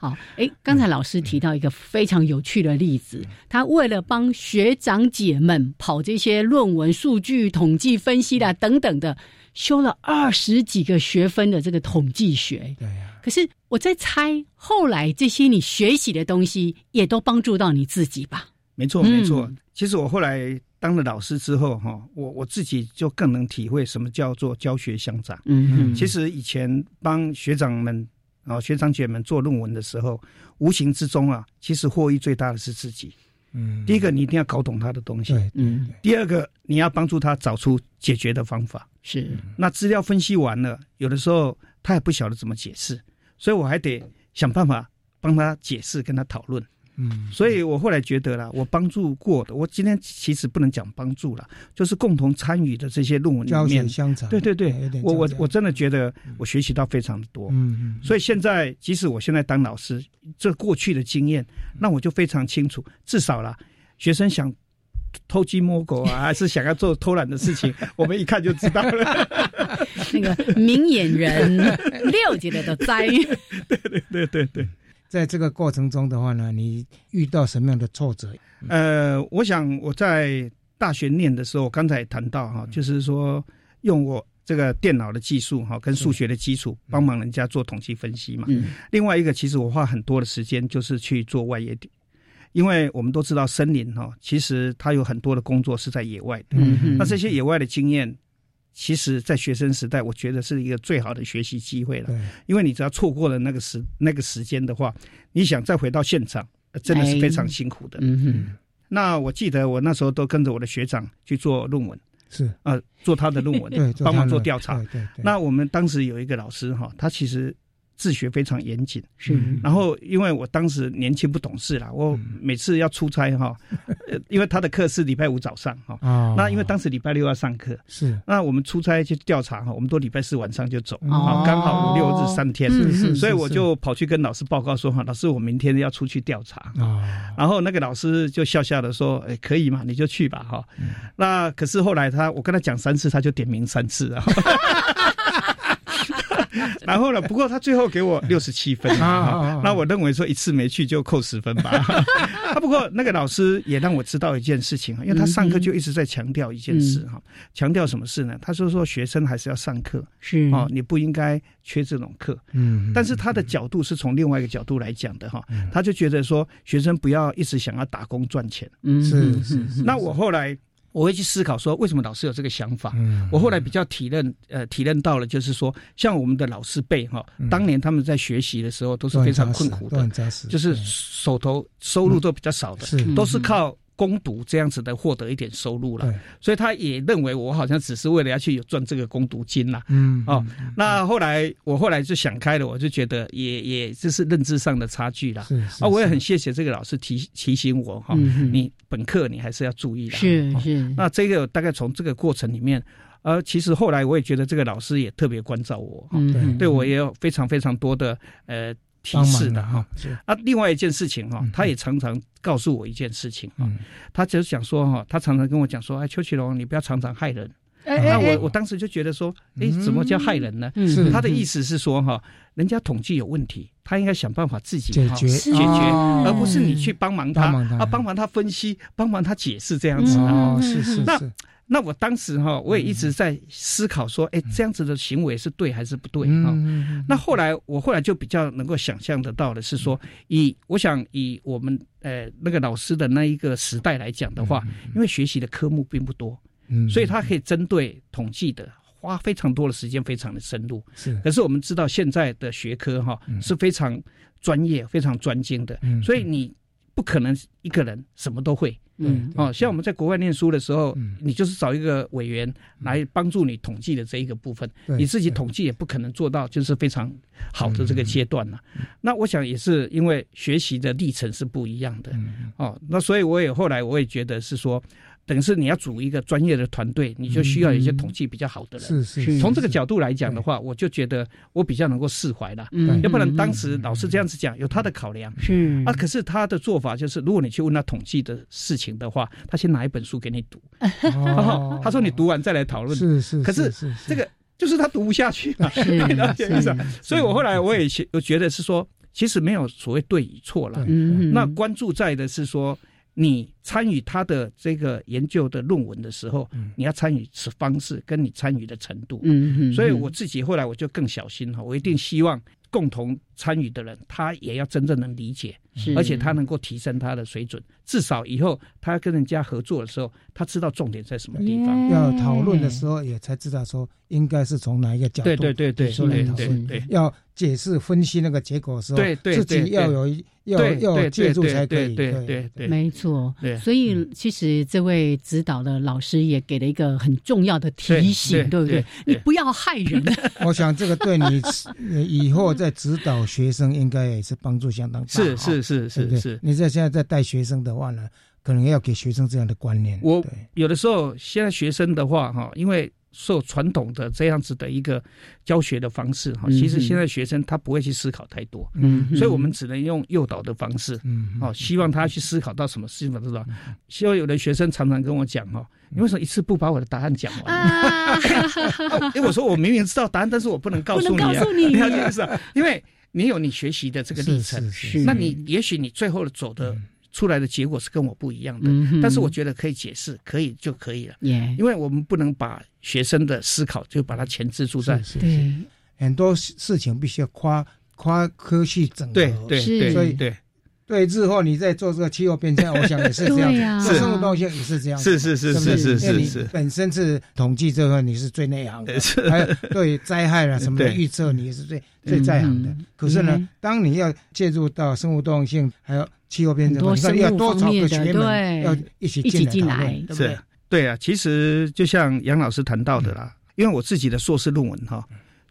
[SPEAKER 3] 好，哎，刚才老师提到一个非常有趣的例子，
[SPEAKER 7] 嗯
[SPEAKER 3] 他为了帮学长姐们跑这些论文、数据统计分析啦等等的，修了二十几个学分的这个统计学。
[SPEAKER 2] 对呀、
[SPEAKER 3] 可是我在猜，后来这些你学习的东西也都帮助到你自己吧？
[SPEAKER 7] 没错，
[SPEAKER 3] 嗯
[SPEAKER 7] 没错。其实我后来当了老师之后，哈，我我自己就更能体会什么叫做教学相长。
[SPEAKER 3] 嗯
[SPEAKER 7] 其实以前帮学长们啊、学长姐们做论文的时候，无形之中啊，其实获益最大的是自己。
[SPEAKER 2] 嗯，
[SPEAKER 7] 第一个，你一定要搞懂他的东西；
[SPEAKER 2] 对，
[SPEAKER 3] 嗯，
[SPEAKER 7] 第二个，你要帮助他找出解决的方法。
[SPEAKER 3] 是
[SPEAKER 7] 那资料分析完了，有的时候他还不晓得怎么解释，所以我还得想办法帮他解释，跟他讨论。
[SPEAKER 2] 嗯，
[SPEAKER 7] 所以我后来觉得啦，我帮助过的，我今天其实不能讲帮助啦，就是共同参与的这些论文
[SPEAKER 2] 教
[SPEAKER 7] 里
[SPEAKER 2] 学
[SPEAKER 7] 嗯面，
[SPEAKER 2] 相长，
[SPEAKER 7] 对对
[SPEAKER 2] 有
[SPEAKER 7] 对
[SPEAKER 2] 点，
[SPEAKER 7] 我我
[SPEAKER 2] 这样
[SPEAKER 7] 我真的觉得我学习到非常的多。
[SPEAKER 2] 嗯，嗯
[SPEAKER 7] 所以现在，即使我现在当老师，这过去的经验，那我就非常清楚，至少啦，学生想偷鸡摸狗啊，还是想要做偷懒的
[SPEAKER 2] *laughs*
[SPEAKER 7] 事情，我们一看就知道了。
[SPEAKER 3] 那个明眼人 *laughs* 六级的都栽。
[SPEAKER 7] 对对对。
[SPEAKER 2] 在这个过程中的话呢，你遇到什么样的挫折？
[SPEAKER 7] 呃，我想我在大学念的时候，我刚才也谈到哈、就是说用我这个电脑的技术哈、跟数学的基础，帮忙人家做统计分析嘛。另外一个，其实我花很多的时间就是去做外野地，因为我们都知道森林哈、其实它有很多的工作是在野外的。
[SPEAKER 16] 嗯哼
[SPEAKER 7] 那这些野外的经验，其实在学生时代，我觉得是一个最好的学习机会
[SPEAKER 2] 嗯
[SPEAKER 7] 了。因为你只要错过了那个时那个时间的话，你想再回到现场，呃真的是非常辛苦的。
[SPEAKER 16] 嗯哼，
[SPEAKER 7] 那我记得我那时候都跟着我的学长去做论文，
[SPEAKER 2] 是
[SPEAKER 7] 啊、做他的论
[SPEAKER 2] *laughs* 对
[SPEAKER 7] 文，
[SPEAKER 2] 做他的
[SPEAKER 7] 帮忙做调查。
[SPEAKER 2] 对对对
[SPEAKER 7] 那我们当时有一个老师哈，他其实自学非常严谨，
[SPEAKER 2] 是
[SPEAKER 7] 然后因为我当时年轻不懂事啦，我每次要出差哈，呃因为他的课是礼拜五早上哈，
[SPEAKER 9] 哦
[SPEAKER 7] 那因为当时礼拜六要上课，
[SPEAKER 2] 啊是
[SPEAKER 7] 那我们出差去调查哈，我们都礼拜四晚上就走，
[SPEAKER 9] 哦
[SPEAKER 7] 啊，刚好五六日三天
[SPEAKER 9] 是是，
[SPEAKER 7] 所以
[SPEAKER 9] 是
[SPEAKER 7] 我
[SPEAKER 9] 是
[SPEAKER 7] 就跑去跟老师报告说哈，老师我明天要出去调查
[SPEAKER 2] 啊，
[SPEAKER 7] 然后那个老师就笑笑的说，哎，可以嘛，你就去吧哈。
[SPEAKER 2] 嗯
[SPEAKER 7] 那可是后来他我跟他讲三次，他就点名三次啊。 *laughs* 然后呢？不过他最后给我六十七分
[SPEAKER 2] *laughs* 啊
[SPEAKER 7] *laughs* 啊，那我认为说一次没去就扣十分吧。 *laughs* 啊，不过那个老师也让我知道一件事情啊，因为他上课就一直在强调一件事哈，
[SPEAKER 2] 嗯
[SPEAKER 7] 强调什么事呢？他说说学生还是要上课，
[SPEAKER 3] 是
[SPEAKER 7] 哦，你不应该缺这种课。
[SPEAKER 2] 嗯
[SPEAKER 7] 但是他的角度是从另外一个角度来讲的哈，他就觉得说学生不要一直想要打工赚钱。
[SPEAKER 2] 嗯是是是是
[SPEAKER 7] 那我后来我会去思考说，为什么老师有这个想法？
[SPEAKER 2] 嗯
[SPEAKER 7] 我后来比较体认呃体认到了，就是说像我们的老师辈哈
[SPEAKER 2] 嗯，
[SPEAKER 7] 当年他们在学习的时候都是非常困苦
[SPEAKER 2] 都
[SPEAKER 7] 的
[SPEAKER 2] 很，扎实，都
[SPEAKER 7] 就
[SPEAKER 2] 很扎实
[SPEAKER 7] 是手头收入都比较少的，
[SPEAKER 2] 嗯是
[SPEAKER 7] 都是靠。攻读这样子的获得一点收入了
[SPEAKER 2] 对，
[SPEAKER 7] 所以他也认为我好像只是为了要去有赚这个攻读金啦。
[SPEAKER 2] 嗯
[SPEAKER 7] 哦，那后来我后来就想开了，我就觉得也也这是认知上的差距啦。
[SPEAKER 2] 是是
[SPEAKER 7] 啊，我也很谢谢这个老师提提醒我哈、
[SPEAKER 2] 嗯哼
[SPEAKER 7] 你本课你还是要注意啦。
[SPEAKER 3] 嗯是
[SPEAKER 7] 哦
[SPEAKER 3] 是
[SPEAKER 7] 那这个大概从这个过程里面，呃，其实后来我也觉得这个老师也特别关照我，哈
[SPEAKER 3] 嗯哼
[SPEAKER 7] 哦对我也有非常非常多的呃提
[SPEAKER 2] 帮忙嗯
[SPEAKER 7] 示的
[SPEAKER 2] 了
[SPEAKER 7] 哈
[SPEAKER 2] 哈。是
[SPEAKER 7] 啊，另外一件事情哈，他也常常告诉我一件事情哈
[SPEAKER 2] 嗯，
[SPEAKER 7] 他只是想说哈，他常常跟我讲说，哎，邱启龙，你不要常常害人。
[SPEAKER 3] 哎
[SPEAKER 7] 那
[SPEAKER 3] 哎哎
[SPEAKER 7] 我我当时就觉得说，哎，怎么叫害人呢
[SPEAKER 3] 嗯是？
[SPEAKER 7] 他的意思是说哈，人家统计有问题，他应该想办法自己
[SPEAKER 2] 解
[SPEAKER 7] 哈
[SPEAKER 2] 决
[SPEAKER 7] 解
[SPEAKER 2] 哦
[SPEAKER 7] 决，而不是
[SPEAKER 3] 嗯
[SPEAKER 7] 你
[SPEAKER 3] 哦
[SPEAKER 7] 去帮忙他
[SPEAKER 2] 帮忙他
[SPEAKER 7] 啊，帮忙他分析，帮忙他解释这样
[SPEAKER 3] 嗯
[SPEAKER 7] 子啊
[SPEAKER 2] 哦。是是
[SPEAKER 7] 那
[SPEAKER 2] 是
[SPEAKER 7] 那我当时哈，我也一
[SPEAKER 2] 嗯
[SPEAKER 7] 直在思考说，哎，这样子的行为是对还是不对啊？
[SPEAKER 2] 嗯
[SPEAKER 7] 那后来我后来就比较能够想象得到的是说，以我想以我们呃那个老师的那一个时代来讲的话，因为学习的科目并不多，
[SPEAKER 2] 嗯
[SPEAKER 7] 所以他可以针对统计的。花非常多的时间，非常的深入。
[SPEAKER 2] 是
[SPEAKER 7] 可是我们知道现在的学科哈、是非常专业、非常专精的，
[SPEAKER 2] 嗯
[SPEAKER 7] 所以你不可能一个人什么都会。
[SPEAKER 2] 嗯
[SPEAKER 7] 哦，像我们在国外念书的时候，你就是找一个委员来帮助你统计的这一个部分，
[SPEAKER 2] 对嗯
[SPEAKER 7] 你自己统计也不可能做到就是非常好的这个阶段了、那我想也是因为学习的历程是不一样的、哦，那所以我也后来我也觉得是说。等于是你要组一个专业的团队，你就需要有一些统计比较好的人。
[SPEAKER 2] 嗯是是是
[SPEAKER 7] 从这
[SPEAKER 2] *laughs*
[SPEAKER 7] 个角度来讲的话，我就觉得我比较能够释怀了。
[SPEAKER 2] 嗯
[SPEAKER 7] 要不然当时老师这样子讲，有他的考量。
[SPEAKER 3] 是
[SPEAKER 7] 啊，可是他的做法就是，如果你去问他统计的事情的话，他先拿一本书给你读，
[SPEAKER 2] 哦
[SPEAKER 7] *laughs* 他说你读完再来讨论。
[SPEAKER 2] 是是
[SPEAKER 7] 可是
[SPEAKER 2] 是是
[SPEAKER 7] 这个就是他读不下去嘛，
[SPEAKER 2] 是
[SPEAKER 7] 你了解意思啊
[SPEAKER 2] 是？
[SPEAKER 7] 所以我后来我也觉我觉得是说，其实没有所谓对与错了
[SPEAKER 2] 对嗯，
[SPEAKER 7] 那关注在的是说。你参与他的这个研究的论文的时候，你要参与方式跟你参与的程度，
[SPEAKER 3] 嗯嗯嗯
[SPEAKER 7] 所以
[SPEAKER 3] 嗯
[SPEAKER 7] 我自己后来我就更小心哈，我一定希望共同参与的人，他也要真正能理解
[SPEAKER 3] 是，
[SPEAKER 7] 而且他能够提升他的水准，至少以后他跟人家合作的时候，他知道重点在什么地方。
[SPEAKER 2] 要讨论的时候也才知道说应该是从哪一个角度
[SPEAKER 7] 对对对对
[SPEAKER 2] 提出来讨论
[SPEAKER 7] 对对对
[SPEAKER 2] 要解释分析那个结果的时候，
[SPEAKER 7] 对对对
[SPEAKER 2] 自己要有一要
[SPEAKER 7] 对
[SPEAKER 2] 要有
[SPEAKER 7] 对
[SPEAKER 2] 介入
[SPEAKER 7] 对
[SPEAKER 2] 才可
[SPEAKER 7] 对
[SPEAKER 2] 以，
[SPEAKER 7] 对对对， *laughs*
[SPEAKER 3] 没错
[SPEAKER 7] 对，
[SPEAKER 3] 所以其实这位指导的老师也给了一个很重要的提醒，
[SPEAKER 2] 对
[SPEAKER 3] 对不
[SPEAKER 2] 对
[SPEAKER 3] 对？你不要害
[SPEAKER 7] *laughs*
[SPEAKER 3] 人。
[SPEAKER 2] 我想这个对你呃以后在指导学生应该也是帮助相当大。
[SPEAKER 7] 是
[SPEAKER 2] 哦
[SPEAKER 7] 是是是
[SPEAKER 2] 对不对
[SPEAKER 7] 是
[SPEAKER 2] 你在现在在带学生的话呢，可能要给学生这样的观念。
[SPEAKER 7] 我有的时候现在学生的话哈，因为受传统的这样子的一个教学的方式哈，
[SPEAKER 2] 嗯
[SPEAKER 7] 其实现在学生他不会去思考太多，
[SPEAKER 2] 嗯
[SPEAKER 7] 所以我们只能用诱导的方式，
[SPEAKER 2] 嗯，
[SPEAKER 7] 哦，希望他去思考到什么事情，知道？希望有的学生常常跟我讲哈，
[SPEAKER 2] 嗯
[SPEAKER 7] 你为什么一次不把我的答案讲
[SPEAKER 3] 啊
[SPEAKER 7] 完？因为我说我明明知道答案，但是我不能告诉你
[SPEAKER 3] 不能
[SPEAKER 7] 啊
[SPEAKER 3] 告诉，你
[SPEAKER 7] *laughs* 了解意思啊？因为你有你学习的这个历程
[SPEAKER 2] 是是是，嗯
[SPEAKER 7] 那你也许你最后走的出来的结果是跟我不一样的。
[SPEAKER 3] 嗯哼
[SPEAKER 7] 但是我觉得可以解释，可以就可以了。
[SPEAKER 3] 耶
[SPEAKER 7] 因为我们不能把学生的思考就把它前置住在
[SPEAKER 2] 是是对很多事事情必须要跨跨科系整合，
[SPEAKER 7] 对对对
[SPEAKER 2] 所以
[SPEAKER 7] 对
[SPEAKER 2] 对日后你在做这个气候变
[SPEAKER 7] *laughs*
[SPEAKER 2] 迁，我想也是这
[SPEAKER 3] 对啊呀
[SPEAKER 2] 样，
[SPEAKER 3] 是
[SPEAKER 2] 子，生物多样性也是这样子
[SPEAKER 11] 是是
[SPEAKER 2] 嘛，
[SPEAKER 11] 是
[SPEAKER 2] 对不对
[SPEAKER 11] 是是
[SPEAKER 2] 因为你
[SPEAKER 11] 是是
[SPEAKER 2] 本身是统计这块你是最内行的
[SPEAKER 11] 是，
[SPEAKER 2] 还有对灾害
[SPEAKER 7] *laughs*
[SPEAKER 2] 啊什么的
[SPEAKER 11] 对
[SPEAKER 2] 预测你也是最最在行的
[SPEAKER 3] 嗯。
[SPEAKER 2] 可是
[SPEAKER 3] 嗯
[SPEAKER 2] 呢，当你要介入到生物多样性还有气候变
[SPEAKER 3] 很
[SPEAKER 2] 迁，
[SPEAKER 3] 多
[SPEAKER 2] 你看
[SPEAKER 3] 生
[SPEAKER 2] 要
[SPEAKER 3] 物
[SPEAKER 2] 多
[SPEAKER 3] 方
[SPEAKER 2] 少
[SPEAKER 3] 面
[SPEAKER 2] 个
[SPEAKER 3] 的
[SPEAKER 2] 学门
[SPEAKER 3] 对
[SPEAKER 2] 要一起
[SPEAKER 3] 一起进
[SPEAKER 2] 进来讨
[SPEAKER 3] 来
[SPEAKER 2] 论，对不
[SPEAKER 7] 是
[SPEAKER 2] 对？
[SPEAKER 7] 对啊。其实就像杨老师谈到的啦，
[SPEAKER 2] 嗯
[SPEAKER 7] 因为我自己的硕士论文哈，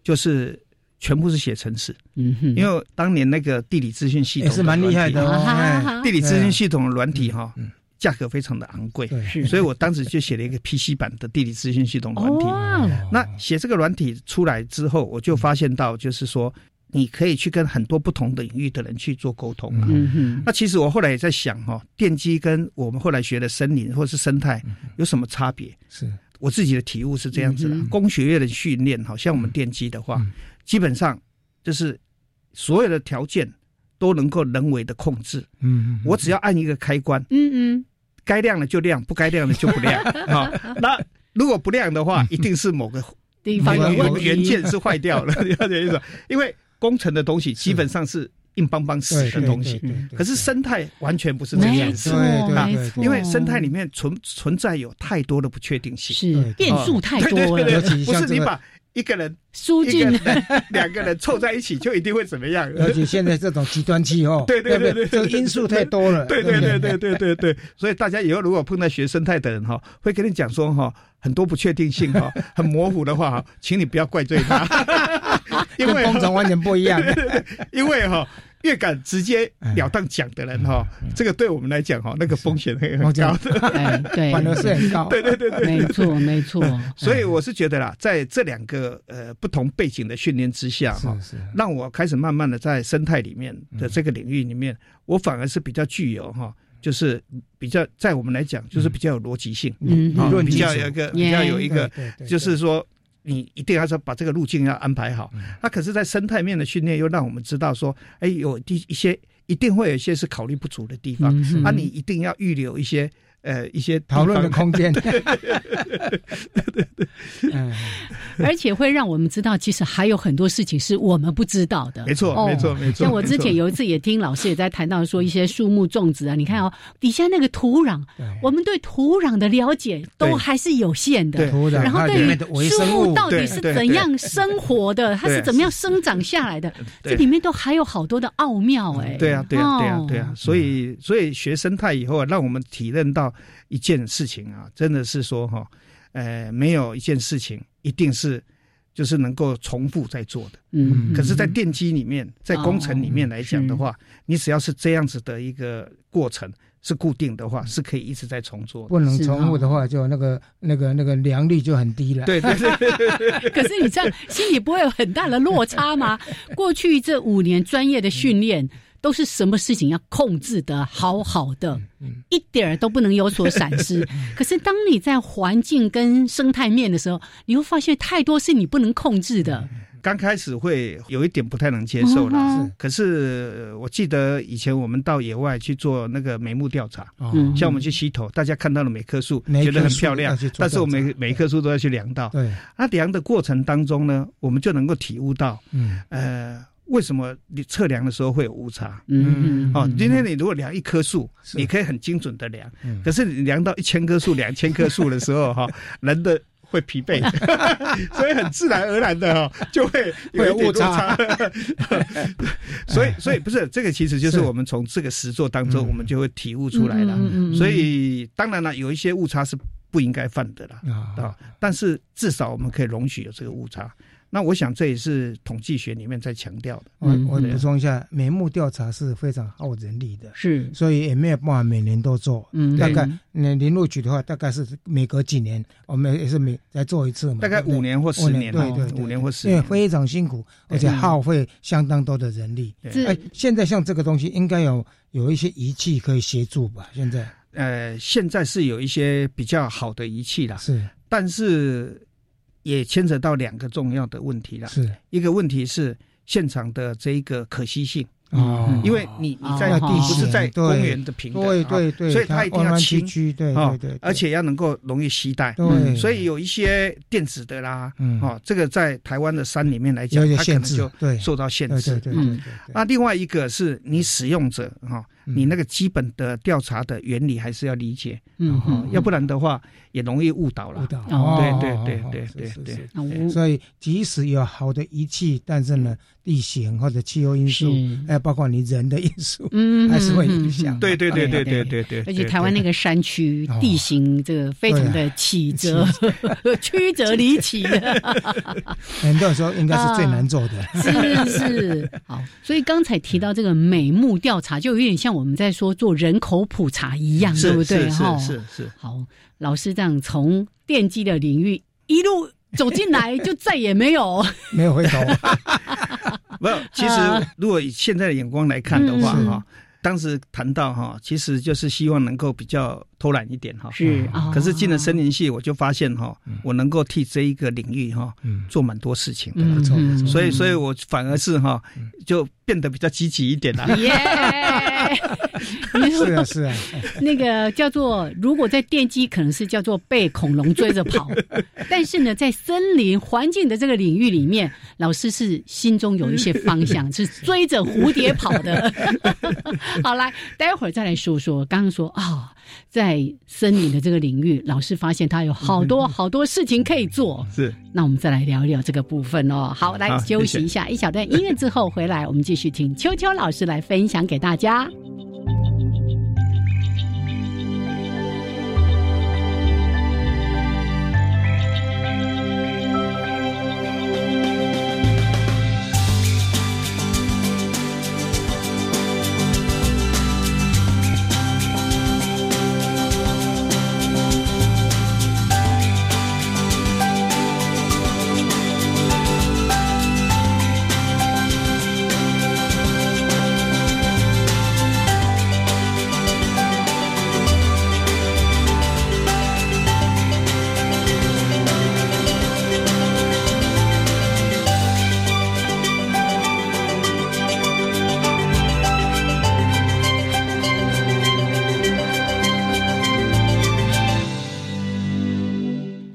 [SPEAKER 7] 就是全部是写城市，
[SPEAKER 3] 嗯哼，
[SPEAKER 7] 因为当年那个地理资讯系
[SPEAKER 2] 也
[SPEAKER 7] 统
[SPEAKER 2] 是蛮厉害的
[SPEAKER 7] 软体
[SPEAKER 2] 哦嗯
[SPEAKER 3] 啊哈
[SPEAKER 2] 哎
[SPEAKER 3] 哈哈
[SPEAKER 7] 地理资讯系统的软体哈。价格非常的昂贵，
[SPEAKER 2] 是
[SPEAKER 7] 所以我当时就写了一个 PC 版的地理资讯系统软体。
[SPEAKER 3] 哦，
[SPEAKER 7] 那写这个软体出来之后，我就发现到，就是说，你可以去跟很多不同的领域的人去做沟通啊。
[SPEAKER 3] 嗯哼，
[SPEAKER 7] 那其实我后来也在想哈、哦，电机跟我们后来学的森林或是生态
[SPEAKER 3] 嗯
[SPEAKER 7] 有什么差别？
[SPEAKER 2] 是
[SPEAKER 7] 我自己的体悟是这样子的：
[SPEAKER 3] 嗯哼
[SPEAKER 7] 工学院的训练，好像我们电机的话，
[SPEAKER 2] 嗯
[SPEAKER 7] 基本上就是所有的条件都能够人为的控制。
[SPEAKER 2] 嗯，
[SPEAKER 7] 我只要按一个开关，
[SPEAKER 3] 嗯嗯，
[SPEAKER 7] 该亮的就亮，不该亮的就不亮。好、
[SPEAKER 3] *laughs*
[SPEAKER 7] 那如果不亮的话，一定是某个
[SPEAKER 3] 地方有
[SPEAKER 7] 某
[SPEAKER 3] 问
[SPEAKER 7] 个
[SPEAKER 3] 题，
[SPEAKER 7] 元件是坏掉
[SPEAKER 2] *laughs*
[SPEAKER 7] 了，了解意思吧？因为工程的东西基本上是硬邦邦死
[SPEAKER 2] 对
[SPEAKER 7] 的
[SPEAKER 2] 对
[SPEAKER 7] 东
[SPEAKER 2] 对
[SPEAKER 7] 西，
[SPEAKER 2] 对对
[SPEAKER 7] 可是生态完全不是这个
[SPEAKER 3] 没
[SPEAKER 7] 样子
[SPEAKER 3] 错，
[SPEAKER 2] 对
[SPEAKER 3] 没
[SPEAKER 2] 对
[SPEAKER 3] 错，
[SPEAKER 7] 因为生态里面存存在有太多的不确定性，
[SPEAKER 3] 是
[SPEAKER 2] 对
[SPEAKER 3] 变数太多
[SPEAKER 7] 对
[SPEAKER 3] 了
[SPEAKER 7] 对，
[SPEAKER 2] 尤
[SPEAKER 7] 对
[SPEAKER 2] 其
[SPEAKER 7] 不
[SPEAKER 2] 像
[SPEAKER 7] 是
[SPEAKER 2] 这个
[SPEAKER 7] 你把一个人、
[SPEAKER 3] 输
[SPEAKER 7] 一个
[SPEAKER 3] 进
[SPEAKER 7] 人、 *laughs* 两个人凑在一起就一定会怎么 *laughs* 样？
[SPEAKER 2] 而且现在这种极端气候，
[SPEAKER 7] 对对
[SPEAKER 2] 不
[SPEAKER 7] 对对
[SPEAKER 2] 这
[SPEAKER 7] 对
[SPEAKER 2] 个因素太多了，
[SPEAKER 7] 对
[SPEAKER 2] 对
[SPEAKER 7] 对
[SPEAKER 2] 不
[SPEAKER 7] 对对对
[SPEAKER 2] *laughs*
[SPEAKER 7] 对对，所以大家以后如果碰到学生态的人哈，会跟你讲说哈，很多不确定性哈，很模糊的话哈，请你不要怪罪
[SPEAKER 2] *laughs*
[SPEAKER 7] 他，因为
[SPEAKER 2] 跟工程完全不一
[SPEAKER 7] *laughs*
[SPEAKER 2] 样。
[SPEAKER 7] 因为哈、越敢直截了当讲的人哈、
[SPEAKER 2] 哎
[SPEAKER 7] 这个对我们来讲哈、那个风险会
[SPEAKER 2] 哦
[SPEAKER 7] 很高的。
[SPEAKER 3] 哎，对，
[SPEAKER 2] 反而是很高。
[SPEAKER 7] 对对对对，
[SPEAKER 3] 没错没错，
[SPEAKER 7] *laughs* *laughs* 所以我是觉得啦，在这两个呃不同背景的训练之下哈、
[SPEAKER 2] 是是
[SPEAKER 7] 让我开始慢慢的在生态里面的这个领域里
[SPEAKER 2] 嗯
[SPEAKER 7] 面，我反而是比较具有哈、就是比较在我们来讲就是比较有逻辑性，
[SPEAKER 3] 嗯
[SPEAKER 7] 啊
[SPEAKER 2] 理论
[SPEAKER 7] 比
[SPEAKER 2] 基础
[SPEAKER 7] 较有一个
[SPEAKER 3] Yeah
[SPEAKER 7] 比较有一个
[SPEAKER 2] 对对对
[SPEAKER 7] 就是说。你一定要说把这个路径要安排好，
[SPEAKER 3] 嗯
[SPEAKER 7] 那可是，在生态面的训练又让我们知道说，哎，有一一些一定会有一些是考虑不足的地方，
[SPEAKER 3] 嗯哼
[SPEAKER 7] 啊，你一定要预留一些呃一些地
[SPEAKER 2] 讨论的
[SPEAKER 7] 方
[SPEAKER 2] 空间。 *laughs* 嗯，
[SPEAKER 3] 哎而且会让我们知道，其实还有很多事情是我们不知道的。
[SPEAKER 7] 没错，没错，没错。
[SPEAKER 3] 哦像我之前
[SPEAKER 7] 有
[SPEAKER 3] 有一次也听老师也在谈到说一些树木种植啊，你看哦，底下那个土壤，我们对土壤的了解都
[SPEAKER 7] 对
[SPEAKER 3] 还是有限的
[SPEAKER 7] 对。
[SPEAKER 2] 土壤
[SPEAKER 3] 然后
[SPEAKER 2] 它
[SPEAKER 3] 对
[SPEAKER 2] 里面的
[SPEAKER 3] 于
[SPEAKER 2] 微
[SPEAKER 3] 树
[SPEAKER 2] 生
[SPEAKER 3] 木
[SPEAKER 2] 物
[SPEAKER 3] 到底
[SPEAKER 7] 对
[SPEAKER 3] 是
[SPEAKER 7] 对
[SPEAKER 3] 怎
[SPEAKER 7] 对
[SPEAKER 3] 样生活的，它是
[SPEAKER 7] 对
[SPEAKER 3] 怎么样生长下来的，这
[SPEAKER 7] 对
[SPEAKER 3] 里面都还有好多的奥妙哎。
[SPEAKER 7] 对啊，对啊，对啊
[SPEAKER 3] 哦，
[SPEAKER 7] 对啊。所以，所以学生态以后啊，让我们体认到一件事情啊，真的是说哈，呃，没有一件事情一定是就是能够重复在做的。
[SPEAKER 3] 嗯，
[SPEAKER 7] 可是，在电机里面，在工程里面来讲的话，你只要是这样子的一个过程是固定的话，是可以一直在重做的。
[SPEAKER 2] 不能重复的话，就那个那个那个良率就很低了。
[SPEAKER 7] *laughs* 对对对对对
[SPEAKER 3] *laughs* 可是你这样心里不会有很大的落差
[SPEAKER 7] *laughs*
[SPEAKER 3] 吗？过去这五年专业的训练。
[SPEAKER 7] 嗯
[SPEAKER 3] 都是什么事情要控制的好好
[SPEAKER 7] 嗯
[SPEAKER 3] 的，
[SPEAKER 2] 嗯
[SPEAKER 3] 一点儿都不能有所闪
[SPEAKER 7] *laughs*
[SPEAKER 3] 失。可是当你在环境跟生态面的时候，你会发现太多是你不能控制的。
[SPEAKER 7] 刚开始会有一点不太能接受啦，
[SPEAKER 2] 嗯哼
[SPEAKER 7] 可是呃我记得以前我们到野外去做那个眉目调查，
[SPEAKER 2] 哦
[SPEAKER 3] 嗯
[SPEAKER 7] 像我们去溪头，大家看到了每棵树，
[SPEAKER 2] 每一
[SPEAKER 7] 觉
[SPEAKER 2] 棵
[SPEAKER 7] 得很漂亮
[SPEAKER 2] 树呃要去，做
[SPEAKER 7] 但是我们
[SPEAKER 2] 调
[SPEAKER 7] 每
[SPEAKER 2] 查
[SPEAKER 7] 每一棵树都要去量到。
[SPEAKER 2] 对，
[SPEAKER 7] 那量的过程当中呢，我们就能够体悟到，
[SPEAKER 2] 嗯
[SPEAKER 7] 呃，为什么你测量的时候会有误差？
[SPEAKER 3] 嗯，
[SPEAKER 7] 哦，今天你如果量一棵树，
[SPEAKER 2] 是
[SPEAKER 7] 你可以很精准的量，
[SPEAKER 2] 嗯
[SPEAKER 7] 可是你量到一千棵树、两千棵树的时
[SPEAKER 2] *laughs*
[SPEAKER 7] 候，哈，人的会疲惫，所以很自然而然的哈，就会
[SPEAKER 2] 会有
[SPEAKER 7] 一点
[SPEAKER 2] 误差
[SPEAKER 7] 落
[SPEAKER 2] *laughs*
[SPEAKER 7] 差。所以，所以不是这个，其实就是
[SPEAKER 2] 是
[SPEAKER 7] 我们从这个实作当中，
[SPEAKER 2] 嗯
[SPEAKER 7] 我们就会体悟出来了。
[SPEAKER 3] 嗯嗯嗯嗯
[SPEAKER 7] 所以，当然了，有一些误差是不应该犯的啦。
[SPEAKER 2] 啊
[SPEAKER 7] 啊，，但是至少我们可以容许有这个误差。那我想这也是统计学里面在强调的。
[SPEAKER 2] 我我
[SPEAKER 7] 对啊
[SPEAKER 2] 补充一下，眉目调查是非常耗人力的，
[SPEAKER 3] 是，
[SPEAKER 2] 所以也没有办法每年都做。
[SPEAKER 3] 嗯，
[SPEAKER 2] 大概那林路局的话，大概是每隔几年，我们也是每来做一次嘛，
[SPEAKER 7] 大概
[SPEAKER 2] 对不对
[SPEAKER 7] 五年或
[SPEAKER 2] 嗯
[SPEAKER 7] 十
[SPEAKER 2] 五
[SPEAKER 7] 年
[SPEAKER 2] 年，
[SPEAKER 7] 吧，
[SPEAKER 2] 对对，对
[SPEAKER 7] 五年或十
[SPEAKER 2] 因为
[SPEAKER 7] 年。嗯
[SPEAKER 2] 非常辛苦，而且耗费相当多的人力。
[SPEAKER 7] 对
[SPEAKER 3] 自
[SPEAKER 2] 哎，现在像这个东西，应该有有一些仪器可以协助吧？现在
[SPEAKER 7] 呃，现在是有一些比较好的仪器啦，
[SPEAKER 2] 是
[SPEAKER 7] 但是也牵扯到两个重要的问题啦。
[SPEAKER 2] 是
[SPEAKER 7] 一个问题是现场的这一个可惜性，
[SPEAKER 2] 哦
[SPEAKER 7] 嗯因为你你在
[SPEAKER 2] 哦
[SPEAKER 7] 不是在
[SPEAKER 2] 地形
[SPEAKER 7] 公
[SPEAKER 2] 对
[SPEAKER 7] 园的平等，
[SPEAKER 2] 对
[SPEAKER 7] 哈
[SPEAKER 2] 对对
[SPEAKER 7] 哦所以它
[SPEAKER 2] 它
[SPEAKER 7] 一定要
[SPEAKER 2] 弯弯
[SPEAKER 7] 轻
[SPEAKER 2] 曲曲对
[SPEAKER 7] 哦
[SPEAKER 2] 对对对
[SPEAKER 7] 而且要能够容易携带，
[SPEAKER 2] 对嗯
[SPEAKER 7] 所以有一些电子的啦，
[SPEAKER 2] 嗯
[SPEAKER 7] 哦，这个在台湾的山里面来
[SPEAKER 2] 有
[SPEAKER 7] 讲，
[SPEAKER 2] 点
[SPEAKER 7] 它可能
[SPEAKER 2] 限制
[SPEAKER 7] 就
[SPEAKER 2] 对
[SPEAKER 7] 受到限
[SPEAKER 2] 对
[SPEAKER 7] 制，
[SPEAKER 2] 对对
[SPEAKER 7] 嗯
[SPEAKER 2] 对对
[SPEAKER 7] 那另外一个是你使用者哈，
[SPEAKER 2] 嗯
[SPEAKER 7] 你那个基本的调查的原理还是要理解，
[SPEAKER 3] 嗯
[SPEAKER 7] 哦
[SPEAKER 3] 嗯
[SPEAKER 7] 要不然的话也容易误导了。误导
[SPEAKER 2] 哦
[SPEAKER 7] 对
[SPEAKER 2] 哦
[SPEAKER 7] 对
[SPEAKER 2] 哦
[SPEAKER 7] 对
[SPEAKER 2] 是
[SPEAKER 7] 对
[SPEAKER 2] 是
[SPEAKER 7] 对
[SPEAKER 2] 是
[SPEAKER 7] 对。
[SPEAKER 2] 所以即使有好的仪器，但是
[SPEAKER 7] 嗯
[SPEAKER 2] 呢，地形或者气候因素
[SPEAKER 3] 是，
[SPEAKER 2] 还有包括你人的因素， *laughs*
[SPEAKER 3] 嗯
[SPEAKER 2] 还是会
[SPEAKER 3] 嗯嗯
[SPEAKER 2] 影
[SPEAKER 3] 嗯嗯
[SPEAKER 2] 响的。
[SPEAKER 7] 对对对对对
[SPEAKER 2] 对
[SPEAKER 7] 对对，啊
[SPEAKER 3] 而且台湾那个山区
[SPEAKER 2] 哦
[SPEAKER 3] 地形，这个非常的曲折、 *laughs* 曲折离奇啊的，
[SPEAKER 2] 很多时候应该是最难做的。
[SPEAKER 7] 啊
[SPEAKER 3] 是是好。所以刚才提到这个美目调查，就有点像我们在说做人口普查一样，
[SPEAKER 7] 是
[SPEAKER 3] 对不对？哦
[SPEAKER 7] 是
[SPEAKER 3] 哈，
[SPEAKER 7] 是是是
[SPEAKER 3] 好，老师这样从电机的领域一路走进来，就再也没有
[SPEAKER 2] *laughs*
[SPEAKER 7] 嗯
[SPEAKER 2] 没有回
[SPEAKER 7] *laughs*
[SPEAKER 2] 头。
[SPEAKER 7] 没有，
[SPEAKER 3] *laughs*
[SPEAKER 7] 其实
[SPEAKER 3] 呃
[SPEAKER 7] 如果以现在的眼光来看的话，
[SPEAKER 3] 嗯
[SPEAKER 7] 哈、当时谈到哈，其实就是希望能够比较偷懒一点哈。嗯
[SPEAKER 3] 是哦嗯
[SPEAKER 7] 可是进了森林系，我就发现哈，我能够替这一个领域哈、做蛮多事情的，
[SPEAKER 3] 嗯不嗯错不错
[SPEAKER 7] 所以，所以我反而是哈，就变得比较积极一点啦。
[SPEAKER 3] 耶。 *laughs*
[SPEAKER 2] 是啊是啊，
[SPEAKER 3] 那个叫做，如果在电机可能是叫做被恐龙追着
[SPEAKER 7] *laughs*
[SPEAKER 3] 跑，但是呢，在森林环境的这个领域里面，老师是心中有一些方向，是追着蝴蝶跑
[SPEAKER 7] *laughs*
[SPEAKER 3] 的。好，来，待会儿再来说说，刚刚说啊、在森林的这个领域，老师发现他有好多
[SPEAKER 7] 嗯
[SPEAKER 3] 好多事情可以做。
[SPEAKER 7] *laughs* 是，
[SPEAKER 3] 那我们再来聊一聊这个部分哦。好，来
[SPEAKER 7] 好
[SPEAKER 3] 休息
[SPEAKER 7] 谢谢
[SPEAKER 3] 一下，一小段音乐之后回来，我们继续听秋秋老师来分享给大家。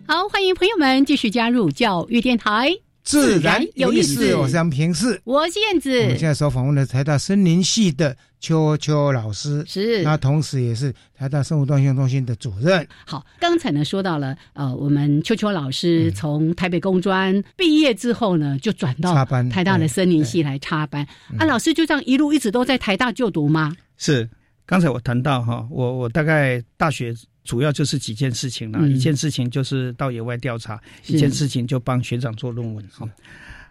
[SPEAKER 3] 好，欢迎朋友们继续加入教育电台，
[SPEAKER 2] 自然有意思，我
[SPEAKER 3] 我
[SPEAKER 2] 是
[SPEAKER 3] 是
[SPEAKER 2] 杨平视。
[SPEAKER 3] 我是燕
[SPEAKER 2] 我们现
[SPEAKER 3] 子，
[SPEAKER 2] 在所访问的台大森林系的邱邱老师，
[SPEAKER 3] 是
[SPEAKER 2] 那同时也是台大生物多样性中心的主任。
[SPEAKER 3] 好，刚才呢说到了，呃，我们秋秋老师
[SPEAKER 7] 嗯
[SPEAKER 3] 从台北工专毕业之后呢，就转到
[SPEAKER 2] 插班
[SPEAKER 3] 台大的森林系来插班。
[SPEAKER 7] 嗯
[SPEAKER 3] 啊，老师就这样一路一直都在台大就读吗？
[SPEAKER 7] 是，刚才我谈到哈，我我大概大学主要就是几件事情啦，
[SPEAKER 3] 嗯
[SPEAKER 7] 一件事情就是到野外调查，
[SPEAKER 3] 是
[SPEAKER 7] 一件事情就帮学长做论文哈。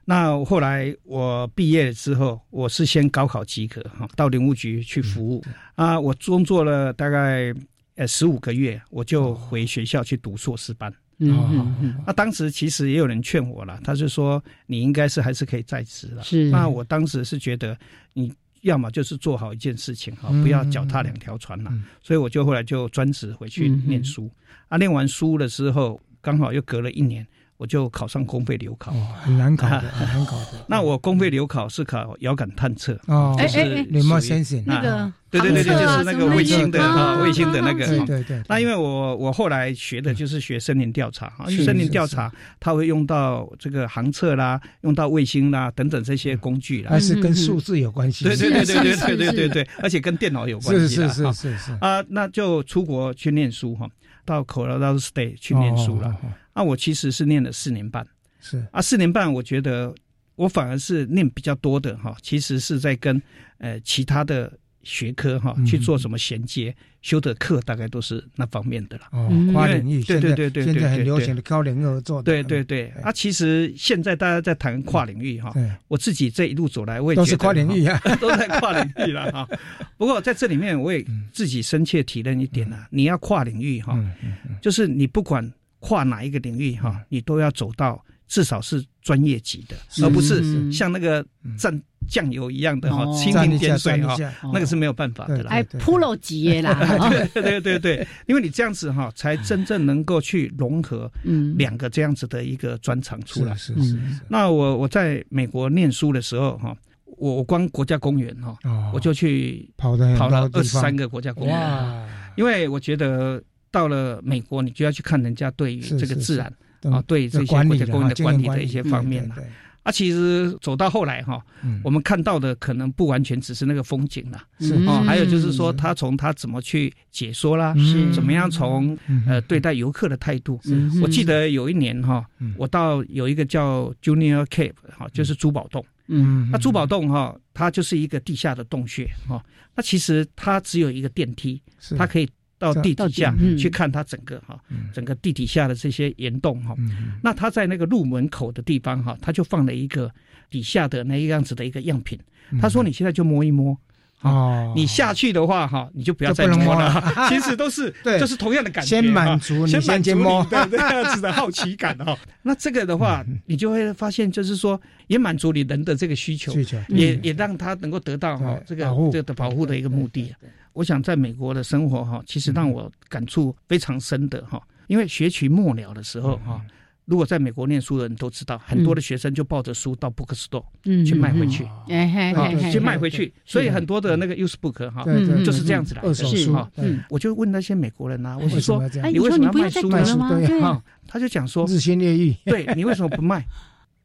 [SPEAKER 7] 那后来我毕业之后，我是先高考及格哈，到林务局去服务、
[SPEAKER 3] 嗯
[SPEAKER 7] 啊，我工作了大概呃十五个月，我就回学校去读硕士班。
[SPEAKER 3] 嗯
[SPEAKER 7] 哦
[SPEAKER 3] 嗯嗯，
[SPEAKER 7] 那当时其实也有人劝我了，他就说你应该是还是可以在职了。
[SPEAKER 3] 是
[SPEAKER 7] 那我当时是觉得你要么就是做好一件事情哈，
[SPEAKER 15] 嗯
[SPEAKER 7] 不要脚踏两条船了。
[SPEAKER 15] 嗯
[SPEAKER 7] 所以我就后来就专职回去念书。啊，念完书了之后，刚好又隔了一年，我就考上公费留考。
[SPEAKER 2] 哦很难
[SPEAKER 7] *laughs*
[SPEAKER 2] 搞的，很难搞的。
[SPEAKER 7] 那我公费留考是考遥感探测
[SPEAKER 2] 哦
[SPEAKER 7] 就是
[SPEAKER 2] 哎哎哎
[SPEAKER 7] 属于
[SPEAKER 2] remote sensing
[SPEAKER 7] 啊
[SPEAKER 2] 那个
[SPEAKER 7] 对对对对，
[SPEAKER 2] 航测
[SPEAKER 7] 就
[SPEAKER 2] 啊
[SPEAKER 7] 是那
[SPEAKER 2] 什
[SPEAKER 7] 个
[SPEAKER 2] 么
[SPEAKER 7] 卫星的
[SPEAKER 2] 那个
[SPEAKER 7] 啊，
[SPEAKER 2] 啊
[SPEAKER 7] 卫星的那个
[SPEAKER 2] 对
[SPEAKER 7] 哈。
[SPEAKER 2] 对对对
[SPEAKER 7] 那因为我我后来学的就是学森林调查哈，因
[SPEAKER 2] 是
[SPEAKER 7] 为森
[SPEAKER 2] 是
[SPEAKER 7] 林调查它会用到这个航测啦，用到卫星啦等等这些工具啦，
[SPEAKER 2] 还是跟数字有关系。
[SPEAKER 7] 嗯对对对
[SPEAKER 2] 是
[SPEAKER 7] 对对对对对对，而且跟电脑有关
[SPEAKER 2] 是
[SPEAKER 7] 系啦
[SPEAKER 2] 是是
[SPEAKER 7] 哈
[SPEAKER 2] 是是
[SPEAKER 7] 啊，那就出国去念书哈，到 Colorado State 去念书
[SPEAKER 2] 哦
[SPEAKER 7] 了
[SPEAKER 2] 哦哦。
[SPEAKER 7] 那我其实是念了四年半，
[SPEAKER 2] 是
[SPEAKER 7] 啊，四年半我觉得我反而是念比较多的哈，其实是在跟呃其他的学科哈
[SPEAKER 2] 嗯
[SPEAKER 7] 去做什么衔接，修的课大概都是那方面的啦。
[SPEAKER 2] 哦
[SPEAKER 7] 嗯因，为
[SPEAKER 2] 跨领域，
[SPEAKER 7] 对
[SPEAKER 2] 现在
[SPEAKER 7] 对对对，
[SPEAKER 2] 现
[SPEAKER 7] 对
[SPEAKER 2] 在很流行。
[SPEAKER 7] 对
[SPEAKER 2] 的
[SPEAKER 7] 对
[SPEAKER 2] 高龄合作的，哎
[SPEAKER 7] 对对对，啊，其实现在大家在谈跨领域哈
[SPEAKER 2] 对，
[SPEAKER 7] 我自己这一路走来，我也
[SPEAKER 2] 哎嗯都是
[SPEAKER 7] 觉得
[SPEAKER 2] 跨领域啊
[SPEAKER 7] 哈都在跨领域了哈。不过在这里面，我也
[SPEAKER 2] 嗯
[SPEAKER 7] 自己深切体认一点啊，你要跨领域哈，
[SPEAKER 2] 嗯
[SPEAKER 7] 就是你不管跨哪一个领域哈，你都要走到至少是专业级
[SPEAKER 2] 是
[SPEAKER 7] 的，而不
[SPEAKER 2] 是嗯
[SPEAKER 7] 是像那个蘸酱油一样的哈
[SPEAKER 3] 哦，
[SPEAKER 7] 蜻蜓点水哈
[SPEAKER 2] 蘸一下蘸一下，哦嗯
[SPEAKER 7] 那个是没有办法的啦。
[SPEAKER 3] 哎，pro 级耶
[SPEAKER 7] *laughs*
[SPEAKER 3] 啦，哦
[SPEAKER 7] 对 *laughs* 对
[SPEAKER 3] *laughs*
[SPEAKER 7] 对对，因为你这样子哈，才真正能够去融合
[SPEAKER 3] 嗯
[SPEAKER 7] 两个这样子的一个专长出来。嗯
[SPEAKER 2] 是是是
[SPEAKER 7] 那我我在美国念书的时候哈，我我光国家公园哈、哦，我就去
[SPEAKER 2] 跑的
[SPEAKER 7] 跑了二
[SPEAKER 2] 二
[SPEAKER 7] 十三个国家啊公园，因为我觉得到了美国，你就要去看人家对于
[SPEAKER 2] 是
[SPEAKER 7] 这
[SPEAKER 2] 是
[SPEAKER 7] 个自
[SPEAKER 2] 是
[SPEAKER 7] 然
[SPEAKER 2] 嗯
[SPEAKER 7] 啊，对这些
[SPEAKER 2] 管
[SPEAKER 7] 国
[SPEAKER 2] 理
[SPEAKER 7] 家
[SPEAKER 2] 了
[SPEAKER 7] 公园
[SPEAKER 2] 啊
[SPEAKER 7] 的
[SPEAKER 2] 经
[SPEAKER 7] 管
[SPEAKER 2] 营
[SPEAKER 7] 理
[SPEAKER 2] 管
[SPEAKER 7] 的一
[SPEAKER 2] 理
[SPEAKER 7] 些
[SPEAKER 2] 嗯
[SPEAKER 7] 方
[SPEAKER 2] 对
[SPEAKER 7] 面啊
[SPEAKER 2] 对
[SPEAKER 7] 啊，其实走到后来哈、
[SPEAKER 2] 嗯
[SPEAKER 7] 我们看到的可能不完全只是那个风景啦，
[SPEAKER 2] 是
[SPEAKER 7] 哦，
[SPEAKER 2] 嗯
[SPEAKER 7] 还有就是说他从他怎么去解说啦，
[SPEAKER 2] 是
[SPEAKER 7] 怎么样从呃对待游客的态度
[SPEAKER 2] 嗯。
[SPEAKER 7] 我记得有一年哈、我到有一个叫 Junior Cave 哈、就是珠宝洞，
[SPEAKER 2] 嗯
[SPEAKER 7] 那珠宝洞哈、它就是一个地下的洞穴哈、那其实它只有一个电梯，
[SPEAKER 2] 是
[SPEAKER 7] 它可以到地底下
[SPEAKER 2] 到底嗯
[SPEAKER 7] 去看它整个哈、整个地底下的这些岩洞哈、
[SPEAKER 2] 嗯
[SPEAKER 7] 那它在那个入门口的地方哈、它就放了一个底下的那样子的一个样品，他说你现在就摸一摸。
[SPEAKER 2] 嗯哦，
[SPEAKER 7] 你下去的话，哈，你就不要再
[SPEAKER 2] 就不能
[SPEAKER 7] 摸了，
[SPEAKER 2] 摸了
[SPEAKER 7] *laughs* 其实都是
[SPEAKER 2] *laughs* 对
[SPEAKER 7] 就是同样的感觉，
[SPEAKER 2] 先满足你
[SPEAKER 7] 哈先满
[SPEAKER 2] 先
[SPEAKER 7] 足
[SPEAKER 2] 去摸
[SPEAKER 7] *laughs*
[SPEAKER 2] 嗯
[SPEAKER 7] 你的这样子的好奇感
[SPEAKER 2] *laughs*
[SPEAKER 7] 哈。那这个的话，你就会发现，就是说也满足你人的这个需求
[SPEAKER 2] 需求，
[SPEAKER 7] 也
[SPEAKER 2] 嗯
[SPEAKER 7] 也让他能够得到哈这个
[SPEAKER 2] 保护
[SPEAKER 7] 这个保护的一个目的。啊我想在美国的生活哈，其实让我感触非常深的哈，因为学期末了的时候哈。如果在美国念书的人都知道，很多的学生就抱着书到 bookstore
[SPEAKER 3] 嗯
[SPEAKER 7] 去卖回去，
[SPEAKER 3] 哎嘿
[SPEAKER 7] 啊
[SPEAKER 3] 嘿嘿，
[SPEAKER 7] 去卖回去，所以很多的那个 use book 哈
[SPEAKER 3] 对对，
[SPEAKER 7] 嗯就是这样子来的，
[SPEAKER 3] 二手书
[SPEAKER 7] 哈嗯
[SPEAKER 3] 对。
[SPEAKER 7] 我就问那些美国人啊，我
[SPEAKER 2] 为
[SPEAKER 7] 就
[SPEAKER 2] 什
[SPEAKER 7] 说
[SPEAKER 2] 么要这样，
[SPEAKER 7] 哦你为什么要卖
[SPEAKER 2] 哎
[SPEAKER 7] 书
[SPEAKER 2] 你说你不要再读了吗
[SPEAKER 3] 嗯
[SPEAKER 2] 对
[SPEAKER 7] 哈，他就讲说
[SPEAKER 2] 日新月异，
[SPEAKER 7] 对你为什么不卖？